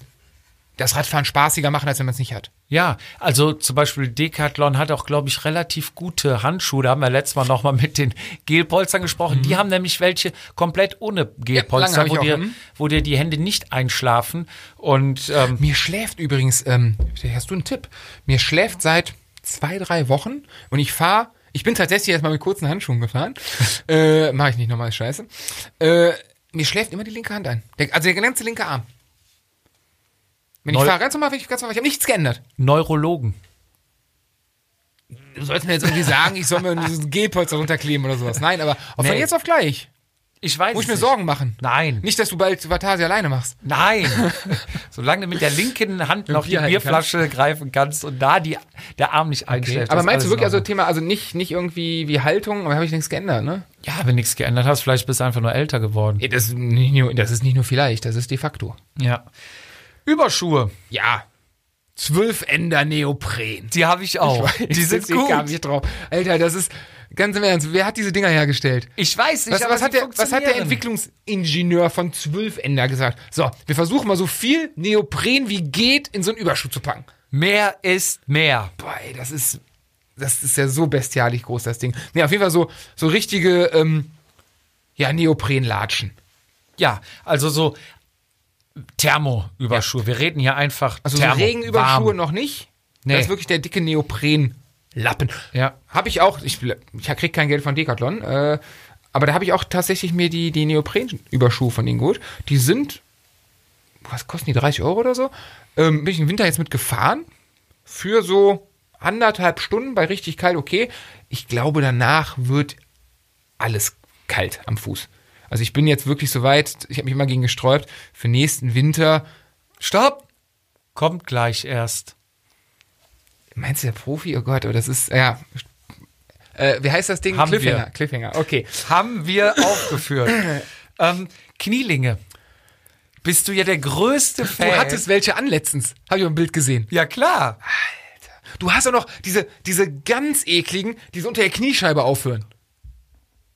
das Radfahren spaßiger machen, als wenn man es nicht hat. Ja, also zum Beispiel Decathlon hat auch, glaube ich, relativ gute Handschuhe. Da haben wir letztes Mal nochmal mit den Gelpolstern gesprochen. Die haben nämlich welche komplett ohne Mhm. lange Gelpolster, hab ich wo, auch, dir, hm? wo dir die Hände nicht einschlafen. Und ähm, Mir schläft übrigens, ähm, hast du einen Tipp? Mir schläft seit zwei, drei Wochen und ich fahre, ich bin tatsächlich erstmal mit kurzen Handschuhen gefahren. äh, Mache ich nicht nochmal, ist scheiße. Äh, mir schläft immer die linke Hand ein. Der, also der ganze linke Arm. Wenn Neu- ich fahre, ganz normal, wenn ich ganz normal, ich habe nichts geändert. Neurologen. Du sollst mir jetzt irgendwie sagen, ich soll mir diesen Gehpolster runterkleben oder sowas. Nein, aber auch von Nee. jetzt auf gleich. Ich weiß Muss ich es mir nicht. Sorgen machen. Nein. Nicht, dass du bald Vatasi alleine machst. Nein, solange du mit der linken Hand noch Bier die halten Bierflasche greifen kannst und da die, der Arm nicht einschläft. aber ist meinst du alles wirklich, in also Ordnung. Thema, also nicht, nicht irgendwie wie Haltung, aber habe ich nichts geändert, ne? Ja, wenn nichts geändert hast, vielleicht bist du einfach nur älter geworden. Ja, Das ist, nicht nur, das ist nicht nur vielleicht, das ist de facto. Ja. Überschuhe, Ja. Zwölf Ender Neopren. die habe ich auch. die sind Deswegen gut. kam Ich drauf. Alter, das ist ganz im Ernst. Wer hat diese Dinger hergestellt? Ich weiß nicht, Was, aber was, sie hat der, was hat der funktionieren. Entwicklungsingenieur von zwölf Ender gesagt? So, wir versuchen mal so viel Neopren wie geht in so einen Überschuh zu packen. Mehr ist mehr. Boah, ey, das ist, das ist ja so bestialisch groß, das Ding. Nee, auf jeden Fall so, so richtige, ähm, ja, Neoprenlatschen. Ja, also so Thermoüberschuhe. Wir reden hier einfach Also Thermo, so Regenüberschuhe warm. noch nicht. Nee. Das ist wirklich der dicke Neoprenlappen. Ja. Habe ich auch, ich, ich krieg kein Geld von Decathlon, äh, aber da habe ich auch tatsächlich mir die, die Neoprenüberschuhe von denen geholt. Die sind, was kosten die, 30 Euro oder so? Ähm, bin ich im Winter jetzt mit gefahren. Für so anderthalb Stunden bei richtig kalt, okay. Ich glaube, danach wird alles kalt am Fuß. Also ich bin jetzt wirklich so weit, ich habe mich immer gegen gesträubt, für nächsten Winter Stopp! Kommt gleich erst. Meinst du der Profi? Oh Gott, aber das ist, ja. Äh, wie heißt das Ding? Haben wir. Cliffhanger. Cliffhanger, okay. Haben wir aufgeführt. ähm, Knielinge. Bist du ja der größte Du Fan. hattest welche an letztens. Habe ich auf dem Bild gesehen. Ja, klar. Du hast auch noch diese, diese ganz ekligen, die so unter der Kniescheibe aufhören.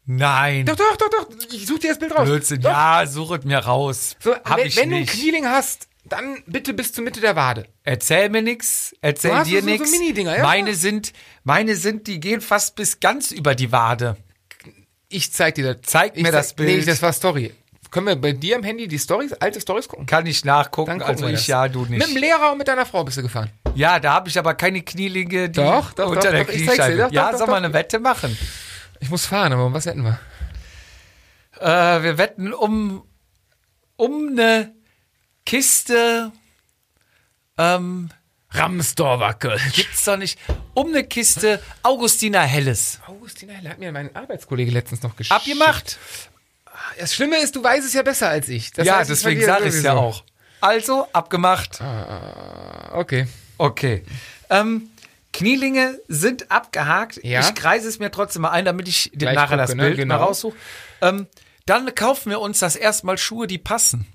Nein. Doch, doch, doch, doch. Ich such dir das Bild raus. Blödsinn. Doch. Ja, suchet mir raus. So, Hab wenn ich wenn du einen nicht. Knieling hast, dann bitte bis zur Mitte der Wade. Erzähl mir nix, Du erzähl hast dir so- so nix. Mini-Dinger, ja, meine klar. sind, meine sind, die gehen fast bis ganz über die Wade. Ich zeig dir das. Zeig ich mir zeig- das Bild. Nee, das war Story. Können wir bei dir am Handy die Stories, alte Stories gucken? Kann ich nachgucken, Dann gucken also wir ich das. ja, du Mit dem nicht. Lehrer und mit deiner Frau bist du gefahren. Ja, da habe ich aber keine Knielinge, die Doch, doch, unter doch, der doch, ich zeig's dir. Kniescheibe. Doch, ja, doch, soll doch, man eine Wette machen? Ich muss fahren, aber um was hätten wir? Äh, wir wetten um, um eine Kiste ähm, Ramsdorfer Kölsch. Gibt's doch nicht. Um eine Kiste Augustiner Helles. Augustina Heller hat mir mein Arbeitskollege letztens noch geschickt. Abgemacht. Das Schlimme ist, du weißt es ja besser als ich. Das ja, heißt, deswegen verliere sage ich es ja sowieso. auch. Also, abgemacht. Okay. Okay. Ähm, Knielinge sind abgehakt. Ja. Ich kreise es mir trotzdem mal ein, damit ich dir Gleich nachher das gucke, ne? Bild Genau. mal raussuche. Ähm, dann kaufen wir uns das erstmal Schuhe, die passen.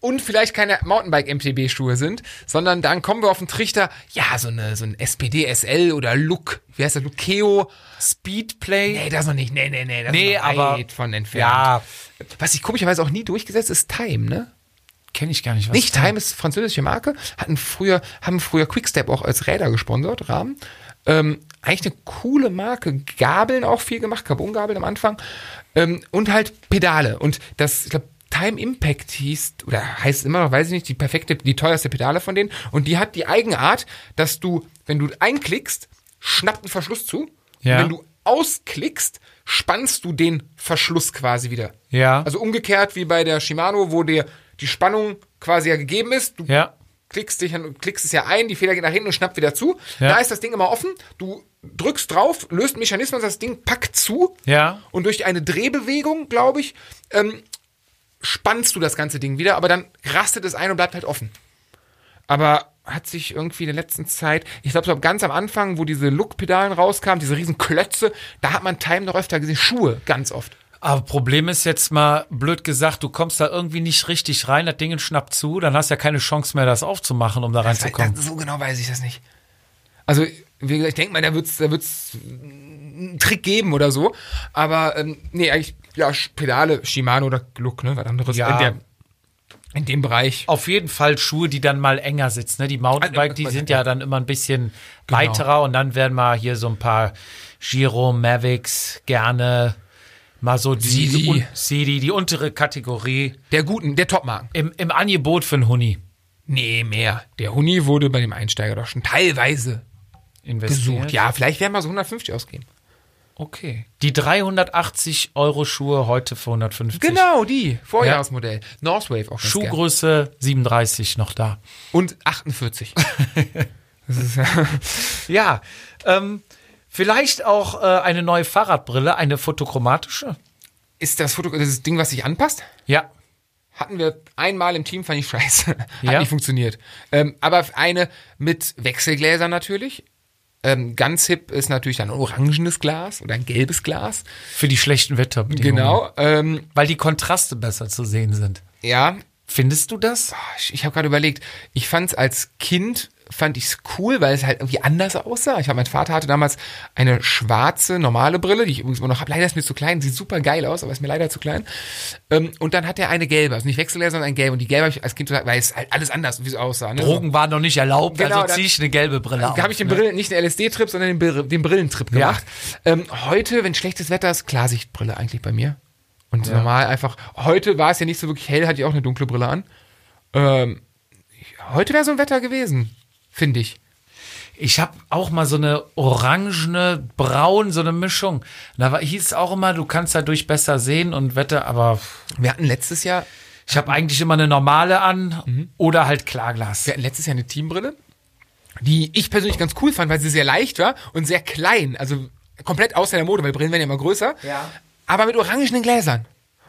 Und vielleicht keine Mountainbike-MTB-Schuhe sind, sondern dann kommen wir auf den Trichter, ja, so, eine, so ein SPD-SL oder Look, wie heißt der, Lukeo. Speedplay. Nee, das noch nicht, nee, nee, nee, das Nee, ist noch weit aber- von entfernt. ja, Was sich komischerweise auch nie durchgesetzt ist, Time, ne? kenne ich gar nicht. Was Nicht Time ist französische Marke, hatten früher, haben früher Quickstep auch als Räder gesponsert, Rahmen. Ähm, eigentlich eine coole Marke, Gabeln auch viel gemacht, Carbongabeln am Anfang ähm, und halt Pedale. Und das, ich glaube, Time Impact hieß, oder heißt immer noch, weiß ich nicht, die perfekte, die teuerste Pedale von denen. Und die hat die Eigenart, dass du, wenn du einklickst, schnappt ein Verschluss zu. Ja. Und wenn du ausklickst, spannst du den Verschluss quasi wieder. Ja. Also umgekehrt wie bei der Shimano, wo dir die Spannung quasi ja gegeben ist. Du Ja. klickst, dich an, klickst es ja ein, die Feder geht nach hinten und schnappt wieder zu. Ja. Da ist das Ding immer offen. Du drückst drauf, löst einen Mechanismus, das Ding packt zu. Ja. Und durch eine Drehbewegung, glaube ich, ähm, spannst du das ganze Ding wieder, aber dann rastet es ein und bleibt halt offen. Aber hat sich irgendwie in der letzten Zeit, ich glaube, so ganz am Anfang, wo diese Look-Pedalen rauskamen, diese riesen Klötze, da hat man Time noch öfter gesehen. Schuhe, ganz oft. Aber Problem ist jetzt mal, blöd gesagt, du kommst da irgendwie nicht richtig rein, das Ding schnappt zu, dann hast du ja keine Chance mehr, das aufzumachen, um da reinzukommen. Das, so genau weiß ich das nicht. Also, wie gesagt, ich denke mal, da wird's, da wird's einen Trick geben oder so. Aber, ähm, nee, eigentlich, ja, Sch- Pedale, Shimano oder Gluck, ne, was anderes. Ja. In, der, in dem Bereich. Auf jeden Fall Schuhe, die dann mal enger sitzen. Ne? Die Ah, Mountainbike, die sind ja dann immer ein bisschen Genau. weiterer und dann werden mal hier so ein paar Giro, Mavics, gerne mal so die, Sidi. die, un- Sidi, die untere Kategorie Der guten, der Topmarken. im, im Angebot für einen Huni Nee, mehr. Der Huni wurde bei dem Einsteiger doch schon teilweise investiert. gesucht. Ja, vielleicht werden wir so 150 ausgeben. okay. Die 380 Euro Schuhe heute für 150. Genau, die. Vorjahresmodell. Northwave auch schon. Schuhgröße 37 noch da. Und 48. das ist ja. Ja, ähm, vielleicht auch äh, eine neue Fahrradbrille, eine fotochromatische. Ist das Foto, das Ding, was sich anpasst? Ja, Hatten wir einmal im Team, fand ich scheiße. Hat Ja? nicht funktioniert. Ähm, aber eine mit Wechselgläsern natürlich. Ähm, ganz hip ist natürlich dann ein orangenes Glas oder ein gelbes Glas. für die schlechten Wetterbedingungen. Genau. Ähm, Weil die Kontraste besser zu sehen sind. ja, Findest du das? ich, ich habe gerade überlegt, ich fand es als Kind, fand ich es cool, weil es halt irgendwie anders aussah. Ich habe, mein Vater hatte damals eine schwarze, normale Brille, die ich übrigens immer noch habe. Leider ist mir zu klein, sieht super geil aus, aber ist mir leider zu klein. Ähm, und dann hat er eine gelbe, also nicht Wechselgläser, sondern ein gelbe. Und die gelbe habe ich als Kind gesagt, weil es halt alles anders, wie es aussah. Ne? Drogen waren noch nicht erlaubt, Genau, also dann- ziehe ich eine gelbe Brille auf. Da habe ich den Brillen, nicht den LSD-Trip, sondern den, Br- den Brillentrip Ja. gemacht. Ähm, heute, wenn schlechtes Wetter ist, Klarsichtbrille eigentlich bei mir. Und normal einfach. Heute war es ja nicht so wirklich hell, hatte ich auch eine dunkle Brille an. Ähm, ich- heute wäre so ein Wetter gewesen, finde ich. Ich habe auch mal so eine orangene, braun, so eine Mischung. Da war, hieß es auch immer, du kannst dadurch besser sehen und Wetter, aber Wir hatten letztes Jahr, ich habe eigentlich immer eine normale an Mhm. oder halt Klarglas. wir hatten letztes Jahr eine Teambrille, die ich persönlich ganz cool fand, weil sie sehr leicht war und sehr klein. Also komplett außer der Mode, weil Brillen werden ja immer größer. Ja. aber mit orangenen Gläsern.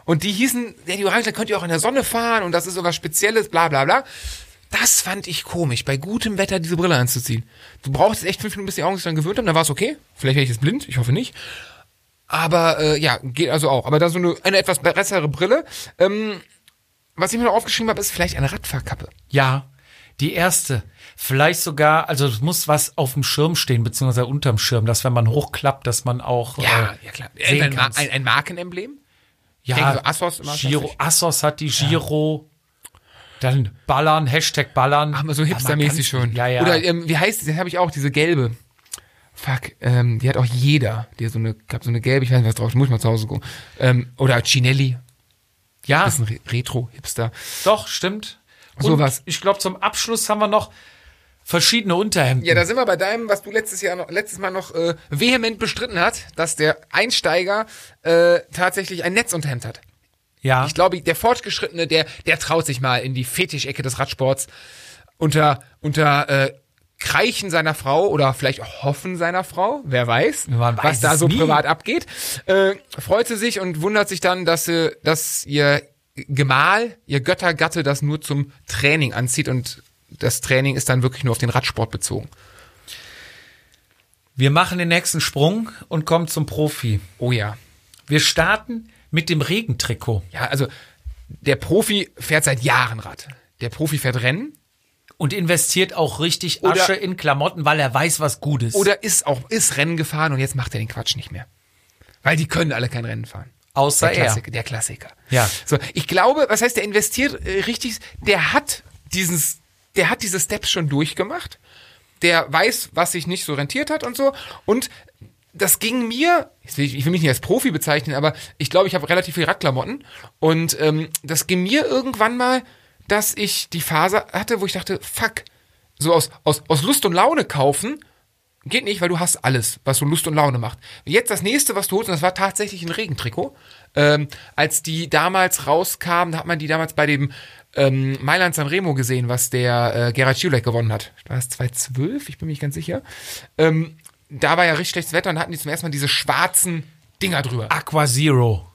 Und die hießen, ja, die Orangen könnt ihr auch in der Sonne fahren und das ist irgendwas Spezielles, bla bla bla. Das fand ich komisch, bei gutem Wetter diese Brille anzuziehen. Du brauchst echt fünf Minuten, bis die Augen sich dann gewöhnt haben, dann war es okay. Vielleicht wäre ich jetzt blind, ich hoffe nicht. Aber äh, ja, geht also auch. Aber da so eine, eine etwas bessere Brille. Ähm, was ich mir noch aufgeschrieben habe, ist vielleicht eine Radfahrkappe. Ja, die erste. Vielleicht sogar, also es muss was auf dem Schirm stehen, beziehungsweise unterm Schirm, dass wenn man hochklappt, dass man auch äh, sehen Ein, kann. ein, ein Markenemblem. Ja, denke so, Assos immer Giro, tatsächlich. Assos hat die Giro. Dann ballern, Hashtag ballern. Ach, mal so Ja, man hipstermäßig kann's- schon. Ja, ja. Oder ähm, wie heißt die? Das habe ich auch, diese gelbe. Fuck, ähm, die hat auch jeder. Die hat so eine, gab so eine gelbe, ich weiß nicht, was drauf ist, muss ich mal zu Hause gucken. Ähm, oder Cinelli, ja das ist ein Re- Retro-Hipster. doch, stimmt. Und Sowas. ich glaube, zum Abschluss haben wir noch verschiedene Unterhemden. Ja, da sind wir bei deinem, was du letztes Jahr noch, letztes Mal noch äh, vehement bestritten hast, dass der Einsteiger äh, tatsächlich ein Netzunterhemd hat. ja. Ich glaube, der Fortgeschrittene, der, der traut sich mal in die Fetischecke des Radsports unter, unter äh, Kreichen seiner Frau oder vielleicht auch Hoffen seiner Frau, wer weiß, Man was weiß da es so nie. privat abgeht, äh, freut sie sich und wundert sich dann, dass, sie, dass ihr Gemahl, ihr Göttergatte das nur zum Training anzieht und das Training ist dann wirklich nur auf den Radsport bezogen. Wir machen den nächsten Sprung und kommen zum Profi. Oh ja. Wir starten mit dem Regentrikot. Ja, also der Profi fährt seit Jahren Rad. Der Profi fährt Rennen, Und investiert auch richtig Oder- Asche in Klamotten, weil er weiß, was gut ist. Oder ist auch ist Rennen gefahren und jetzt macht er den Quatsch nicht mehr. Weil die können alle kein Rennen fahren. Außer der er. Klassiker, der Klassiker. Ja. So, ich glaube, was heißt, der investiert äh, richtig, der hat dieses, der hat diese Steps schon durchgemacht. Der weiß, was sich nicht so rentiert hat und so. Und das ging mir, jetzt will ich ich will mich nicht als Profi bezeichnen, aber ich glaube, ich habe relativ viel Radklamotten. Und ähm, das ging mir irgendwann mal, dass ich die Phase hatte, wo ich dachte, fuck, so aus, aus, aus Lust und Laune kaufen, Geht nicht, weil du hast alles, was so Lust und Laune macht. Jetzt das nächste, was du holst, und das war tatsächlich ein Regentrikot. Ähm, als die damals rauskamen, da hat man die damals bei dem ähm, Mailand Sanremo gesehen, was der äh, Gerhard Schiulek gewonnen hat. War es 2012? Ich bin mir nicht ganz sicher. Ähm, da war ja richtig schlechtes Wetter und da hatten die zum ersten Mal diese schwarzen Dinger drüber. Aqua Zero.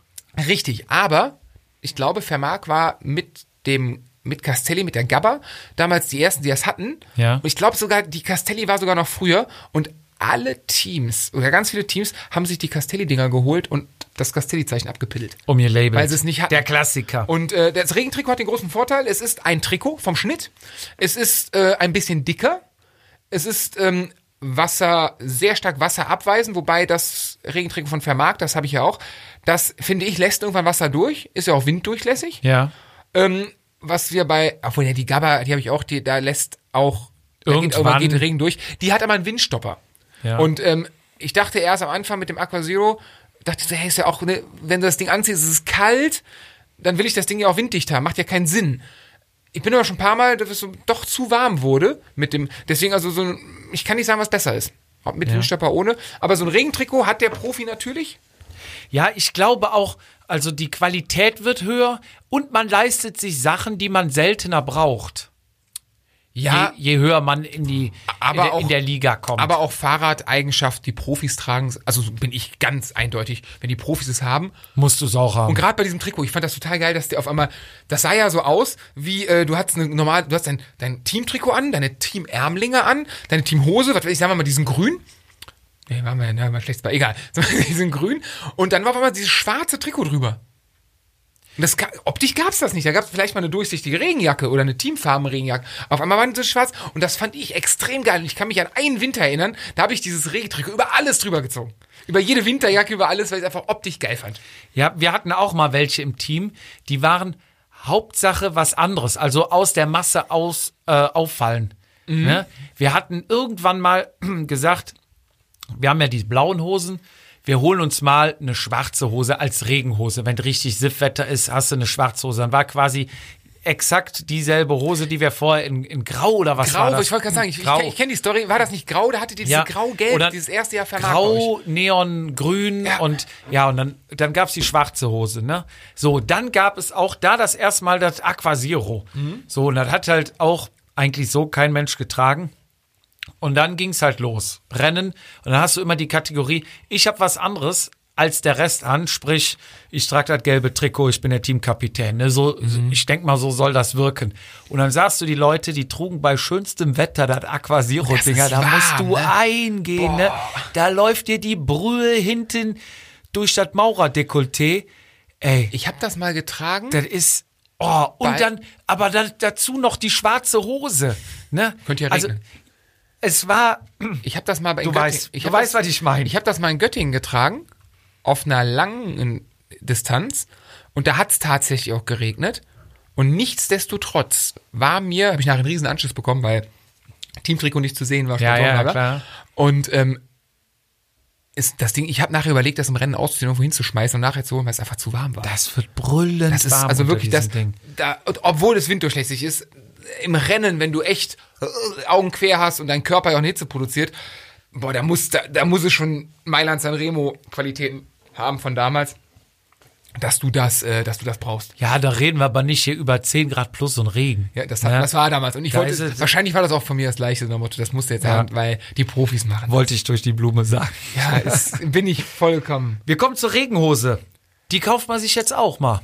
Richtig, aber ich glaube, Vermark war mit dem mit Castelli, mit der Gabba, damals die ersten, die das hatten. Ja. Und ich glaube sogar, die Castelli war sogar noch früher und alle Teams oder ganz viele Teams haben sich die Castelli-Dinger geholt und das Castelli-Zeichen abgepittelt. Um ihr Label. Weil sie es nicht hatten. Der Klassiker. Und äh, das Regentrikot hat den großen Vorteil, es ist ein Trikot vom Schnitt. Es ist äh, ein bisschen dicker. Es ist ähm, Wasser, sehr stark wasserabweisend, wobei das Regentrikot von Vermarkt, das habe ich ja auch, das finde ich, lässt irgendwann Wasser durch, ist ja auch winddurchlässig. ja. Ähm, was wir bei, obwohl ja die Gabba, die habe ich auch, die, da lässt auch da geht, Irgendwann- irgendwann geht Regen durch. Die hat aber einen Windstopper. Ja. Und ähm, ich dachte erst am Anfang mit dem Aqua Zero, dachte ich so, hey, ist ja auch, ne, wenn du das Ding anziehst, ist es kalt, dann will ich das Ding ja auch winddicht haben, macht ja keinen Sinn. Ich bin aber schon ein paar Mal, dass es so doch zu warm wurde mit dem, deswegen also so ein, ich kann nicht sagen, was besser ist. Ob mit Windstopper, ohne. Aber so ein Regentrikot hat der Profi natürlich. Ja, ich glaube auch, also die Qualität wird höher und man leistet sich Sachen, die man seltener braucht. Ja, Je, je höher man in die Aber in, der, auch- in der Liga kommt. Aber auch Fahrradeigenschaft, die Profis tragen, also so bin ich ganz eindeutig, wenn die Profis es haben. musst du es auch haben. Und gerade bei diesem Trikot, ich fand das total geil, dass der auf einmal, das sah ja so aus, wie äh, du hast eine normal, du hast dein, dein Teamtrikot an, deine Teamärmlinge an, deine Teamhose, was weiß ich, sagen wir mal diesen grün. Nee, war mal, na, war schlecht, war egal. diesen grün und dann war auf einmal dieses schwarze Trikot drüber. Und Das, ga- optisch gab's das nicht. Da gab's vielleicht mal eine durchsichtige Regenjacke oder eine Teamfarben-Regenjacke. Auf einmal waren sie schwarz und das fand ich extrem geil. Und ich kann mich an einen Winter erinnern, da habe ich dieses Regentrikot über alles drüber gezogen. Über jede Winterjacke, über alles, weil ich es einfach optisch geil fand. Ja, wir hatten auch mal welche im Team, die waren Hauptsache was anderes, also aus der Masse aus äh, auffallen. Mhm. Ne? Wir hatten irgendwann mal gesagt, wir haben ja die blauen Hosen, wir holen uns mal eine schwarze Hose als Regenhose. Wenn richtig Siffwetter ist, hast du eine schwarze Hose. Dann war quasi exakt dieselbe Hose, die wir vorher in, in Grau oder was Grau, war das? ich wollte gerade sagen, ich, ich, Grau. kenn- ich kenne die Story. War das nicht grau? Da hattet ihr diese Ja. grau-gelb, Oder dieses erste Jahr vermarkt bei euch. Grau, Neon, Grün Ja. und ja, und dann, dann gab es die schwarze Hose, ne? So, dann gab es auch da das erste Mal das Aquasiro. Mhm. So, und das hat halt auch eigentlich so kein Mensch getragen. Und dann ging es halt los. Rennen. Und dann hast du immer die Kategorie, ich habe was anderes als der Rest an. Sprich, ich trage das gelbe Trikot, ich bin der Teamkapitän. Ne? So, Mhm. Ich denk mal, so soll das wirken. Und dann sahst du die Leute, die trugen bei schönstem Wetter das Aquasiro-Dinger. ist Da wahr, musst du ne? eingehen. Ne? Da läuft dir die Brühe hinten durch das Maurerdekolleté. Ey, Ich habe das mal getragen. das ist. Oh, Bei- und dann, aber dann dazu noch die schwarze Hose. Ne? Könnte ja Also, regnen. es war Ich habe das mal bei Du weißt- ich du hab weißt, das, was ich meine. Ich habe das mal in Göttingen getragen, auf einer langen Distanz. Und da hat es tatsächlich auch geregnet. Und nichtsdestotrotz war mir, habe ich nachher einen riesen Anschluss bekommen, weil Teamtrikot nicht zu sehen war. Ja, Sponsoren, ja, bla, bla. klar. Und ähm, ist das Ding, ich habe nachher überlegt, das im Rennen auszuziehen, und wohin zu schmeißen und nachher zu holen, weil es einfach zu warm war. Das wird brüllend Das ist warm also unter wirklich das diesem Ding. Da, und obwohl es winddurchlässig ist, im Rennen, wenn du echt äh, Augen quer hast und dein Körper ja auch eine Hitze produziert, boah, da muss, da, da muss es schon Mailand Sanremo Qualitäten haben von damals, dass du das, äh, dass du das brauchst. Ja, da reden wir aber nicht hier über 10 Grad plus und Regen. Ne? Ja, das, hat, das war damals. Und ich Da ist wollte, es- wahrscheinlich war das auch von mir das gleiche so nach dem Motto, das musste jetzt Ja. haben, weil die Profis machen. wollte ich durch die Blume sagen. Ja, es, bin ich vollkommen. Wir kommen zur Regenhose. Die kauft man sich jetzt auch mal.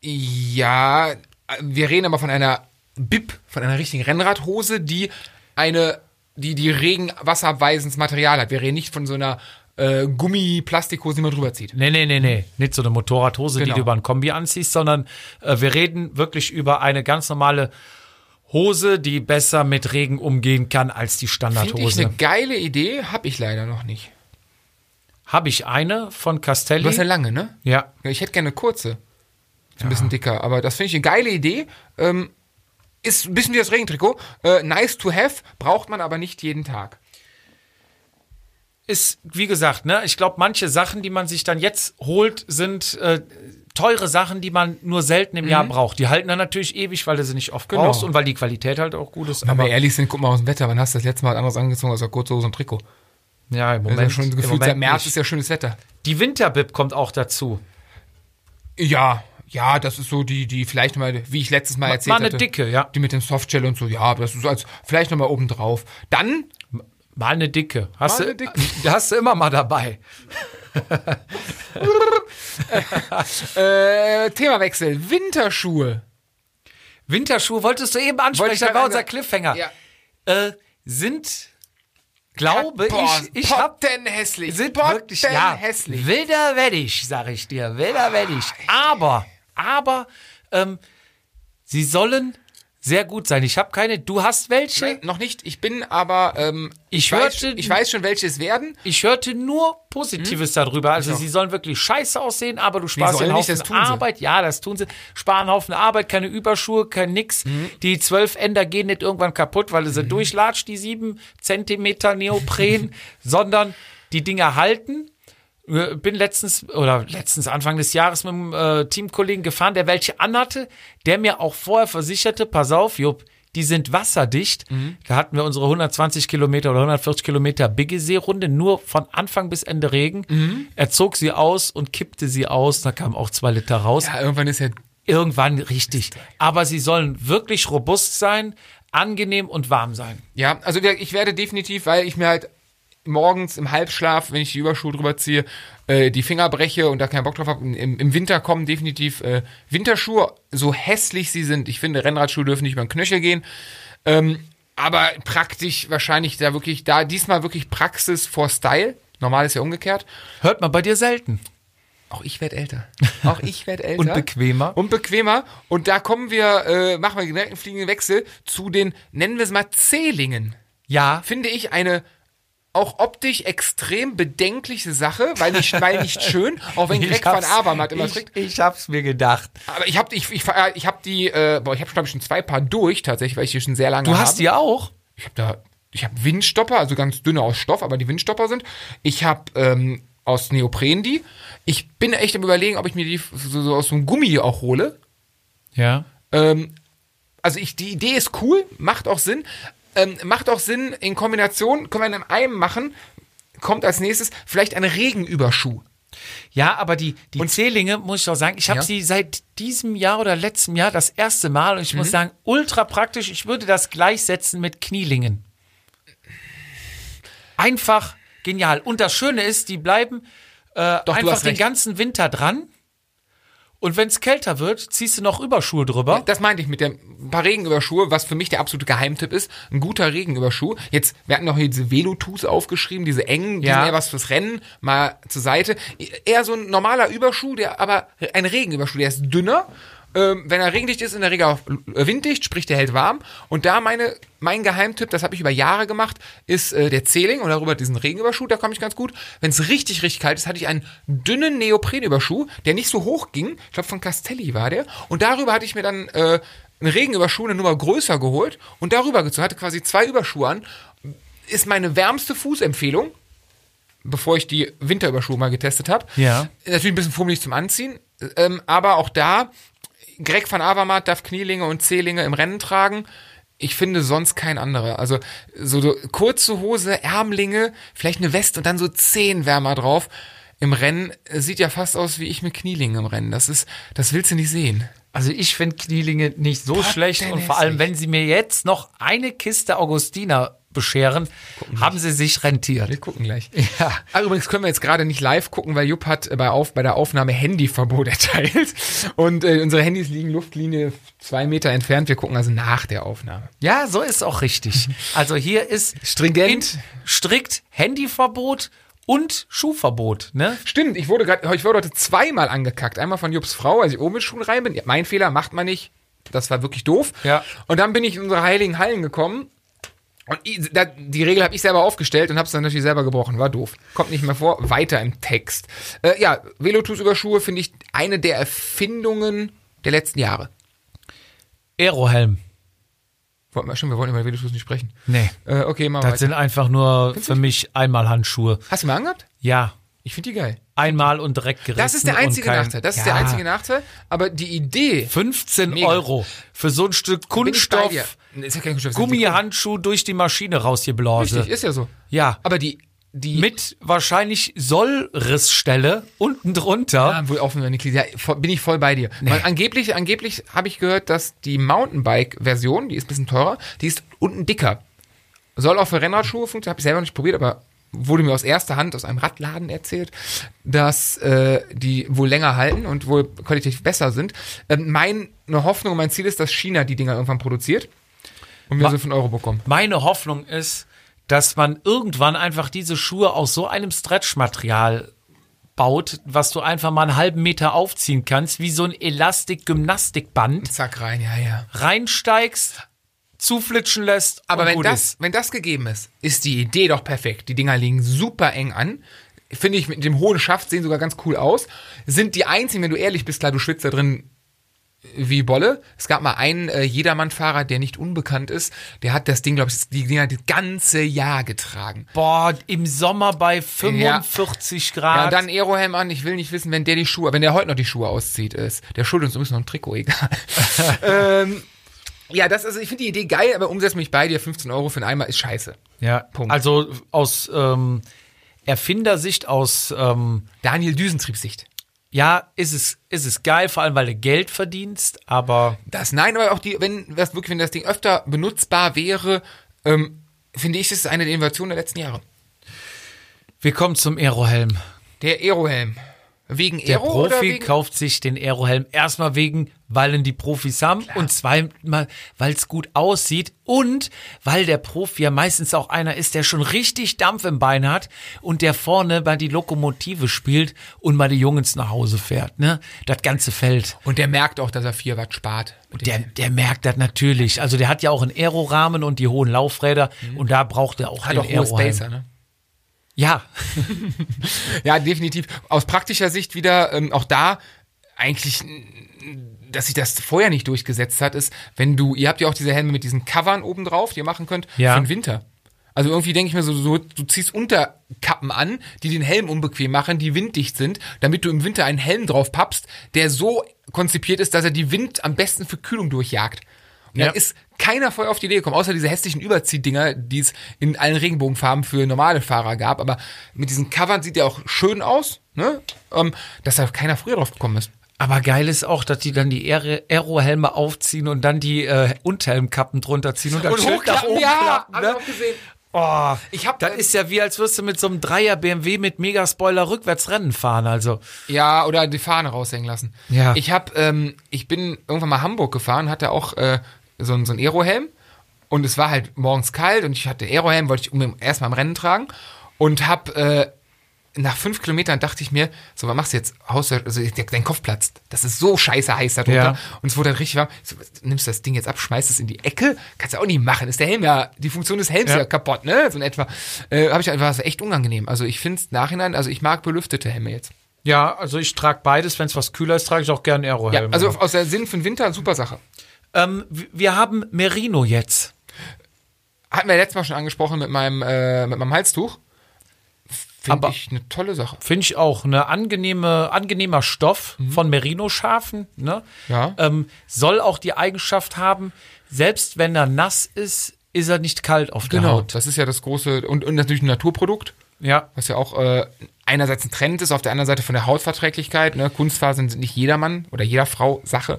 Ja, wir reden aber von einer Bib, von einer richtigen Rennradhose, die eine, die, die regenwasserabweisendes Material hat. Wir reden nicht von so einer äh, Gummi-Plastikhose, die man drüber zieht. Nee, nee, nee, nee. Nicht so eine Motorradhose, die Genau. du über ein Kombi anziehst, sondern äh, wir reden wirklich über eine ganz normale Hose, die besser mit Regen umgehen kann als die Finde ich ne- Standardhose. eine geile Idee, habe ich leider noch nicht. Habe ich eine von Castelli? Du hast eine lange, ne? ja. Ja, Ich hätte gerne eine kurze. Ist ein bisschen dicker, aber das finde ich eine geile Idee. Ähm, ist ein bisschen wie das Regentrikot. Äh, nice to have, braucht man aber nicht jeden Tag. ist, wie gesagt, ne, ich glaube, manche Sachen, die man sich dann jetzt holt, sind äh, teure Sachen, die man nur selten im Jahr braucht. Die halten dann natürlich ewig, weil du sie nicht oft Mhm. Genau. brauchst und weil die Qualität halt auch gut ist. Wenn Aber wir ehrlich sind, guck mal aus dem Wetter. Wann hast du das letzte Mal was anderes angezogen als eine kurze Hose und Trikot? ja, im Das Moment, ist ja schon im gefühlt Moment seit März nicht. ist ja schönes Wetter. Die Winterbib kommt auch dazu. Ja, ja, das ist so die, die vielleicht nochmal, wie ich letztes Mal erzählt Mal eine hatte. dicke, ja. Die mit dem Softshell und so, ja, aber das ist so als vielleicht nochmal oben drauf. Dann, Mal eine dicke. Hast Mal du, eine dicke. Hast du immer mal dabei. äh, Themawechsel, Winterschuhe. Winterschuhe wolltest du eben ansprechen, ich das gerade war eine- unser Cliffhanger. Ja. Äh, sind, glaube ich, ich hab denn hässlich. sind Potten wirklich ja, hässlich. Ah, wilder Weddish, sag ich dir, wilder Weddish. Aber, aber, ähm, sie sollen sehr gut sein. Ich habe keine, du hast welche? Nee, noch nicht, ich bin aber, ähm, Ich weiß, hörte- ich weiß schon, welche es werden. Ich hörte nur Positives darüber. Also sie sollen wirklich scheiße aussehen, aber du sparst Hm? sollen einen nicht, Haufen das tun sie. Arbeit. Ja, das tun sie. Sparen einen Haufen Arbeit, keine Überschuhe, kein nix. Hm. Die zwölf Änder gehen nicht irgendwann kaputt, weil du sie durchlatscht, die sieben Zentimeter Neopren, sondern die Dinger halten. Äh, Bin letztens oder letztens Anfang des Jahres mit einem äh, Teamkollegen gefahren, der welche anhatte, der mir auch vorher versicherte, pass auf, Jupp, die sind wasserdicht. Da hatten wir unsere 120 Kilometer oder 140 Kilometer Biggesee-Runde, nur von Anfang bis Ende Regen. Er zog sie aus und kippte sie aus. Da kamen auch zwei Liter raus. Ja, irgendwann ist ja, Irgendwann richtig. Aber sie sollen wirklich robust sein, angenehm und warm sein. ja, also wir- ich werde definitiv, weil ich mir halt morgens im Halbschlaf, wenn ich die Überschuhe drüber ziehe, äh, die Finger breche und da keinen Bock drauf habe, im, im Winter kommen definitiv äh, Winterschuhe, so hässlich sie sind. Ich finde, Rennradschuhe dürfen nicht über den Knöchel gehen. Ähm, aber praktisch wahrscheinlich da wirklich, da diesmal wirklich Praxis vor Style. Normal ist ja umgekehrt. Hört man bei dir selten. Auch ich werde älter. Auch ich werde älter. Und bequemer. Und bequemer. Und da kommen wir, äh, machen wir direkt einen fliegenden Wechsel zu den, nennen wir es mal Zehlingen. Ja, Finde ich eine auch optisch extrem bedenkliche Sache, weil nicht, weil nicht schön, auch wenn Greg van hab's- Avermaet hat immer ich, trägt. ich hab's mir gedacht. Aber ich habe ich, ich, äh, ich hab die, äh, boah, ich habe glaube ich schon zwei Paar durch tatsächlich, weil ich die schon sehr lange Du hast habe. die auch? ich habe da, ich habe Windstopper, also ganz dünne aus Stoff, aber die Windstopper sind. Ich habe ähm, aus Neopren die. Ich bin echt am überlegen, ob ich mir die f- so, so aus so einem Gummi auch hole. Ja. Ähm, also ich, die Idee ist cool, macht auch Sinn. Ähm, macht auch Sinn in Kombination, können wir in einem machen, kommt als nächstes vielleicht ein Regenüberschuh. Ja, aber die, die Und- Zählinge, muss ich auch sagen, ich habe Ja. sie seit diesem Jahr oder letztem Jahr das erste Mal und ich muss sagen, ultra praktisch. Ich würde das gleichsetzen mit Knielingen. Einfach genial. Und das Schöne ist, die bleiben äh, du einfach hast den recht. ganzen Winter dran. Und wenn es kälter wird, ziehst du noch Überschuhe drüber. Das meinte ich mit dem ein paar Regenüberschuhe, was für mich der absolute Geheimtipp ist. Ein guter Regenüberschuh. Jetzt, wir hatten noch hier diese Velotus aufgeschrieben, diese engen, die Ja. sind eher was fürs Rennen, mal zur Seite. Eher so ein normaler Überschuh, der aber ein Regenüberschuh, der ist dünner. Ähm, wenn er regendicht ist, in der Regel auch äh, winddicht, sprich der hält warm. Und da meine, mein Geheimtipp, das habe ich über Jahre gemacht, ist äh, der Zähling und darüber diesen Regenüberschuh, da komme ich ganz gut. Wenn es richtig, richtig kalt ist, hatte ich einen dünnen Neoprenüberschuh, der nicht so hoch ging. Ich glaube, von Castelli war der. Und darüber hatte ich mir dann äh, einen Regenüberschuh, eine Nummer größer geholt und darüber gezogen. Hatte quasi zwei Überschuhe an. Ist meine wärmste Fußempfehlung, bevor ich die Winterüberschuhe mal getestet habe. Ja. Natürlich ein bisschen fummelig zum Anziehen, ähm, aber auch da, Greg van Avermaet darf Knielinge und Zehlinge im Rennen tragen. Ich finde sonst kein anderer. Also so, so kurze Hose, Ärmlinge, vielleicht eine Weste und dann so zehn Wärmer drauf. Im Rennen äh, sieht ja fast aus wie ich mit Knielingen im Rennen. Das ist, das willst du nicht sehen. Also ich finde Knielinge nicht so schlecht denn und vor allem, hässlich. wenn sie mir jetzt noch eine Kiste Augustiner bescheren, haben sie sich rentiert. Wir gucken gleich. Ja. Ah, übrigens können wir jetzt gerade nicht live gucken, weil Jupp hat äh, bei, auf, bei der Aufnahme Handyverbot erteilt. Und äh, unsere Handys liegen Luftlinie zwei Meter entfernt. Wir gucken also nach der Aufnahme. Ja, so ist auch richtig. Also hier ist Stringent. strikt Handyverbot und Schuhverbot. Ne? Stimmt, ich wurde gerade, ich wurde heute zweimal angekackt. Einmal von Jupps Frau, als ich oben mit Schuhen rein bin. Ja, mein Fehler, macht man nicht. Das war wirklich doof. Ja. Und dann bin ich in unsere heiligen Hallen gekommen. Und ich, da, die Regel habe ich selber aufgestellt und habe es dann natürlich selber gebrochen. War doof. Kommt nicht mehr vor. Weiter im Text. Äh, ja, Velotus über Schuhe finde ich eine der Erfindungen der letzten Jahre. Aerohelm. Wollten wir, schon, wir wollten über Velotus nicht sprechen. Nee. Äh, okay, mal Das weiter. sind einfach nur für mich einmal Handschuhe. Hast du mal angehabt? Ja, Ich finde die geil. einmal und direkt gerissen. Das ist der und einzige kein- Nachteil. Das ja. ist der einzige Nachteil. Aber die Idee. 15 Mega. Euro für so ein Stück bin ich bei Kunststoff, dir. Ist ja kein Kunststoff, ist ja Silikon. Gummihandschuh durch die Maschine rausgeblase. Richtig, ist ja so. Ja. Aber die, die Mit wahrscheinlich Sollrissstelle unten drunter. Ah, wohl offen, wenn die Kli- ja, voll- bin ich voll bei dir. Weil angeblich, angeblich habe ich gehört, dass die Mountainbike-Version, die ist ein bisschen teurer, die ist unten dicker. Soll auch für Rennradschuhe funktionieren, habe ich selber noch nicht probiert, aber wurde mir aus erster Hand aus einem Radladen erzählt, dass äh, die wohl länger halten und wohl qualitativ besser sind. Ähm, meine Hoffnung und mein Ziel ist, dass China die Dinger irgendwann produziert und wir Ma- so von Euro bekommen. Meine Hoffnung ist, dass man irgendwann einfach diese Schuhe aus so einem Stretchmaterial baut, was du einfach mal einen halben Meter aufziehen kannst, wie so ein Elastik-Gymnastikband, Zack rein, ja, ja. reinsteigst, zuflitschen lässt. Aber und wenn gut das, ist. wenn das gegeben ist, ist die Idee doch perfekt. Die Dinger liegen super eng an. Finde ich mit dem hohen Schaft sehen sogar ganz cool aus. Sind die einzigen, wenn du ehrlich bist, klar, du schwitzt da drin wie Bolle. Es gab mal einen äh, Jedermann-Fahrer, der nicht unbekannt ist, der hat das Ding, glaube ich, die Dinger das ganze Jahr getragen. Boah, im Sommer bei 45 Grad. Ja, und dann Aerohelm an. Ich will nicht wissen, wenn der die Schuhe, wenn der heute noch die Schuhe auszieht, ist. Der schuldet uns übrigens noch ein Trikot, egal. ähm, ja, das, also ich finde die Idee geil, aber umsetzt mich bei dir 15 Euro für einen Eimer ist scheiße. Ja, Punkt. Also aus ähm, Erfindersicht, aus ähm, Daniel Düsentriebsicht. ja, ist es, ist es geil, vor allem weil du Geld verdienst, aber Das nein, aber auch die, wenn das wirklich, wenn das Ding öfter benutzbar wäre, ähm, finde ich, das ist eine der Innovationen der letzten Jahre. wir kommen zum Aerohelm. Der Aerohelm. Wegen Der Aero oder Profi wegen, kauft sich den Aerohelm erstmal wegen, weil ihn die Profis haben und zweimal, weil es gut aussieht und weil der Profi ja meistens auch einer ist, der schon richtig Dampf im Bein hat und der vorne mal die Lokomotive spielt und mal die Jungs nach Hause fährt, ne? Das ganze Feld. Und der merkt auch, dass er 4 Watt spart. Mit dem- Der, der merkt das natürlich. Also der hat ja auch einen Aerorahmen und die hohen Laufräder und da braucht er auch Mhm. hat den auch hohe Aerohelm. Spacer, ne? Ja, Ja, definitiv. Aus praktischer Sicht wieder, ähm, auch da eigentlich, n- dass sich das vorher nicht durchgesetzt hat, ist, wenn du, ihr habt ja auch diese Helme mit diesen Covern oben drauf, die ihr machen könnt, Ja. für den Winter. Also irgendwie denke ich mir so, so, du ziehst Unterkappen an, die den Helm unbequem machen, die winddicht sind, damit du im Winter einen Helm drauf pappst, der so konzipiert ist, dass er die Wind am besten für Kühlung durchjagt. Und Ja. dann ist keiner voll auf die Idee gekommen, außer diese hässlichen Überziehdinger, die es in allen Regenbogenfarben für normale Fahrer gab. Aber mit diesen Covern sieht ja auch schön aus, ne? Ähm, dass da keiner früher drauf gekommen ist. aber geil ist auch, dass die dann die Aero- Aerohelme aufziehen und dann die äh, Unterhelmkappen drunter ziehen und dann schön nach oben ja, klappen. hab Ne? ich auch gesehen. Oh, Ich hab, das ist ja wie, als würdest du mit so einem Dreier BMW mit Megaspoiler rückwärts Rennen fahren. Also Ja, oder die Fahne raushängen lassen. Ja. Ich hab, ähm, ich bin irgendwann mal Hamburg gefahren, hatte auch äh, so, einen- so einen Aerohelm und es war halt morgens kalt und ich hatte Aerohelm, wollte ich unbedingt erstmal im Rennen tragen und hab äh, nach fünf Kilometern dachte ich mir, so, was machst du jetzt? Haust du, also der- dein Kopf platzt. Das ist so scheiße heiß da drunter. Ja. Und es wurde halt richtig warm. Ich So, was, nimmst du das Ding jetzt ab, schmeißt es in die Ecke? Kannst du auch nicht machen. Ist der Helm ja, die Funktion des Helms Ja. ja, kaputt, ne? So in etwa. Äh, hab ich einfach, war echt unangenehm. Also ich find's nachhinein, also ich mag belüftete Helme jetzt. ja, also ich trage beides. Wenn es was kühler ist, trage ich auch gerne Ja, Aerohelme. also aus der Sinn für den Winter, super Sache. ähm, w- wir haben Merino jetzt. Hatten wir letztes Mal schon angesprochen mit meinem, äh, mit meinem Halstuch. Finde Aber- ich eine tolle Sache. Finde ich auch. Ne? Angenehme, angenehmer Stoff von Merino-Schafen. Ne? Ja. Ähm, soll auch die Eigenschaft haben, selbst wenn er nass ist, ist er nicht kalt auf der Genau, Haut. das ist ja das große und, und natürlich ein Naturprodukt, Ja. was ja auch äh, einerseits ein Trend ist, auf der anderen Seite von der Hautverträglichkeit. Ne? Kunstfasern sind nicht jedermann oder jeder Frau Sache.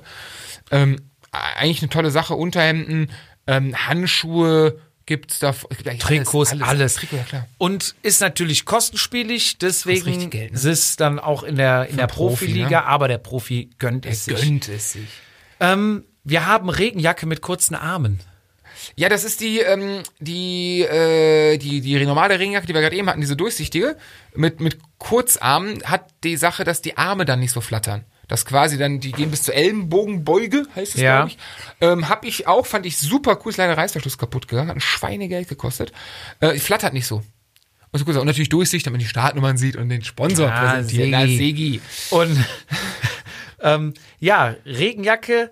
Ähm, eigentlich eine tolle Sache. Unterhemden, ähm, Handschuhe gibt's da. es Gibt eigentlich Trikots, alles. Trikot, ja klar. Und ist natürlich kostenspielig, deswegen richtig Geld, ne? ist es dann auch in der, in der Profi, ne? Profiliga, aber der Profi gönnt es sich. Gönnt es sich. Ähm, wir haben Regenjacke mit kurzen Armen. Ja, das ist die, ähm, die, äh, die, die normale Regenjacke, die wir gerade eben hatten, diese durchsichtige, mit, mit Kurzarmen, hat die Sache, dass die Arme dann nicht so flattern. Das quasi dann, die gehen bis zur Ellenbogenbeuge, heißt es, Ja. glaube ich. Ähm, hab ich auch, fand ich super cool, ist leider Reißverschluss kaputt gegangen, hat ein Schweinegeld gekostet. Äh, flattert nicht so. Und, so cool. und natürlich Durchsicht, damit man die Startnummern sieht und den Sponsor Ah, präsentiert. Na, Segi. Segi. Und ähm, ja, Regenjacke.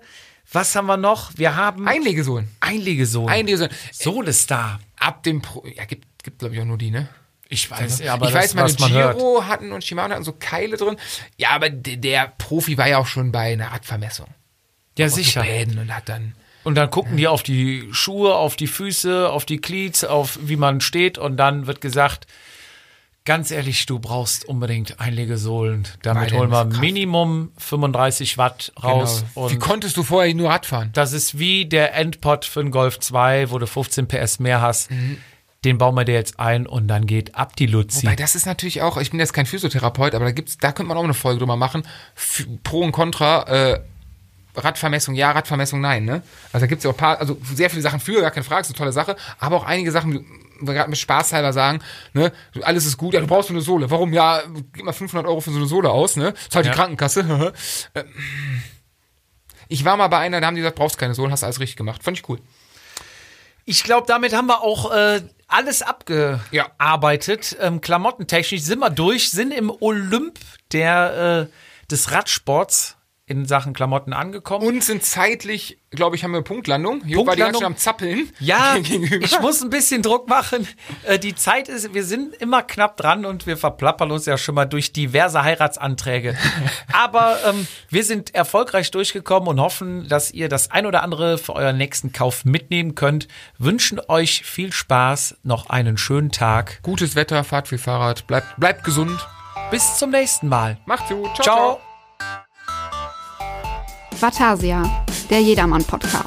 Was haben wir noch? Wir haben Einlegesohlen. Einlegesohlen. Einlegesohlen. Solestar. Ab dem Pro, ja, gibt, gibt glaube ich auch nur die, ne? Ich weiß, ja, aber ich das, weiß, meine was man hört. Giro hatten und Shimano hatten so Keile drin. Ja, aber der, der Profi war ja auch schon bei einer Radvermessung. Oh, Ja, sicher. Orthopäden Und hat dann. Und dann gucken die auf die Schuhe, auf die Füße, auf die Glieds, auf wie man steht und dann wird gesagt, ganz ehrlich, du brauchst unbedingt Einlegesohlen. Weil Damit der holen wir Kraft- Minimum 35 Watt raus. Genau. Wie Und konntest du vorher nur Rad fahren? das ist wie der Endpot für den Golf 2, wo du 15 PS mehr hast. Mhm. Den bauen wir dir jetzt ein und dann geht ab die Luzi. Weil das ist natürlich auch, ich bin jetzt kein Physiotherapeut, aber da gibt's, da könnte man auch eine Folge drüber machen. F Pro und Contra, äh, Radvermessung ja, Radvermessung nein, ne? Also da gibt's ja auch ein paar, also sehr viele Sachen für, gar keine Frage, ist eine tolle Sache, aber auch einige Sachen, die wir gerade mit Spaß halber sagen, ne, alles ist gut, ja, du brauchst so eine Sohle. Warum? Ja, gib mal 500 Euro für so eine Sohle aus, ne? Zahlt Ja. die Krankenkasse. Ähm, ich war mal bei einer, da haben die gesagt, brauchst keine Sohle, hast alles richtig gemacht. Fand ich cool. Ich glaube, damit haben wir auch äh, alles Ja. abgearbeitet. Ähm, klamottentechnisch sind wir durch, sind im Olymp der, äh, des Radsports in Sachen Klamotten angekommen. Und sind zeitlich, glaube ich, haben wir eine Punktlandung. Jupp war die ganze Zeit am Punktlandung. Zappeln. ja, mir gegenüber. ich muss ein bisschen Druck machen. Äh, die Zeit ist, wir sind immer knapp dran und wir verplappern uns ja schon mal durch diverse Heiratsanträge. Aber ähm, wir sind erfolgreich durchgekommen und hoffen, dass ihr das ein oder andere für euren nächsten Kauf mitnehmen könnt. Wünschen euch viel Spaß, noch einen schönen Tag. Gutes Wetter, fahrt viel Fahrrad, bleibt, bleibt gesund. Bis zum nächsten Mal. Macht's gut. Ciao. ciao. Ciao. Vatasia, der Jedermann-Podcast.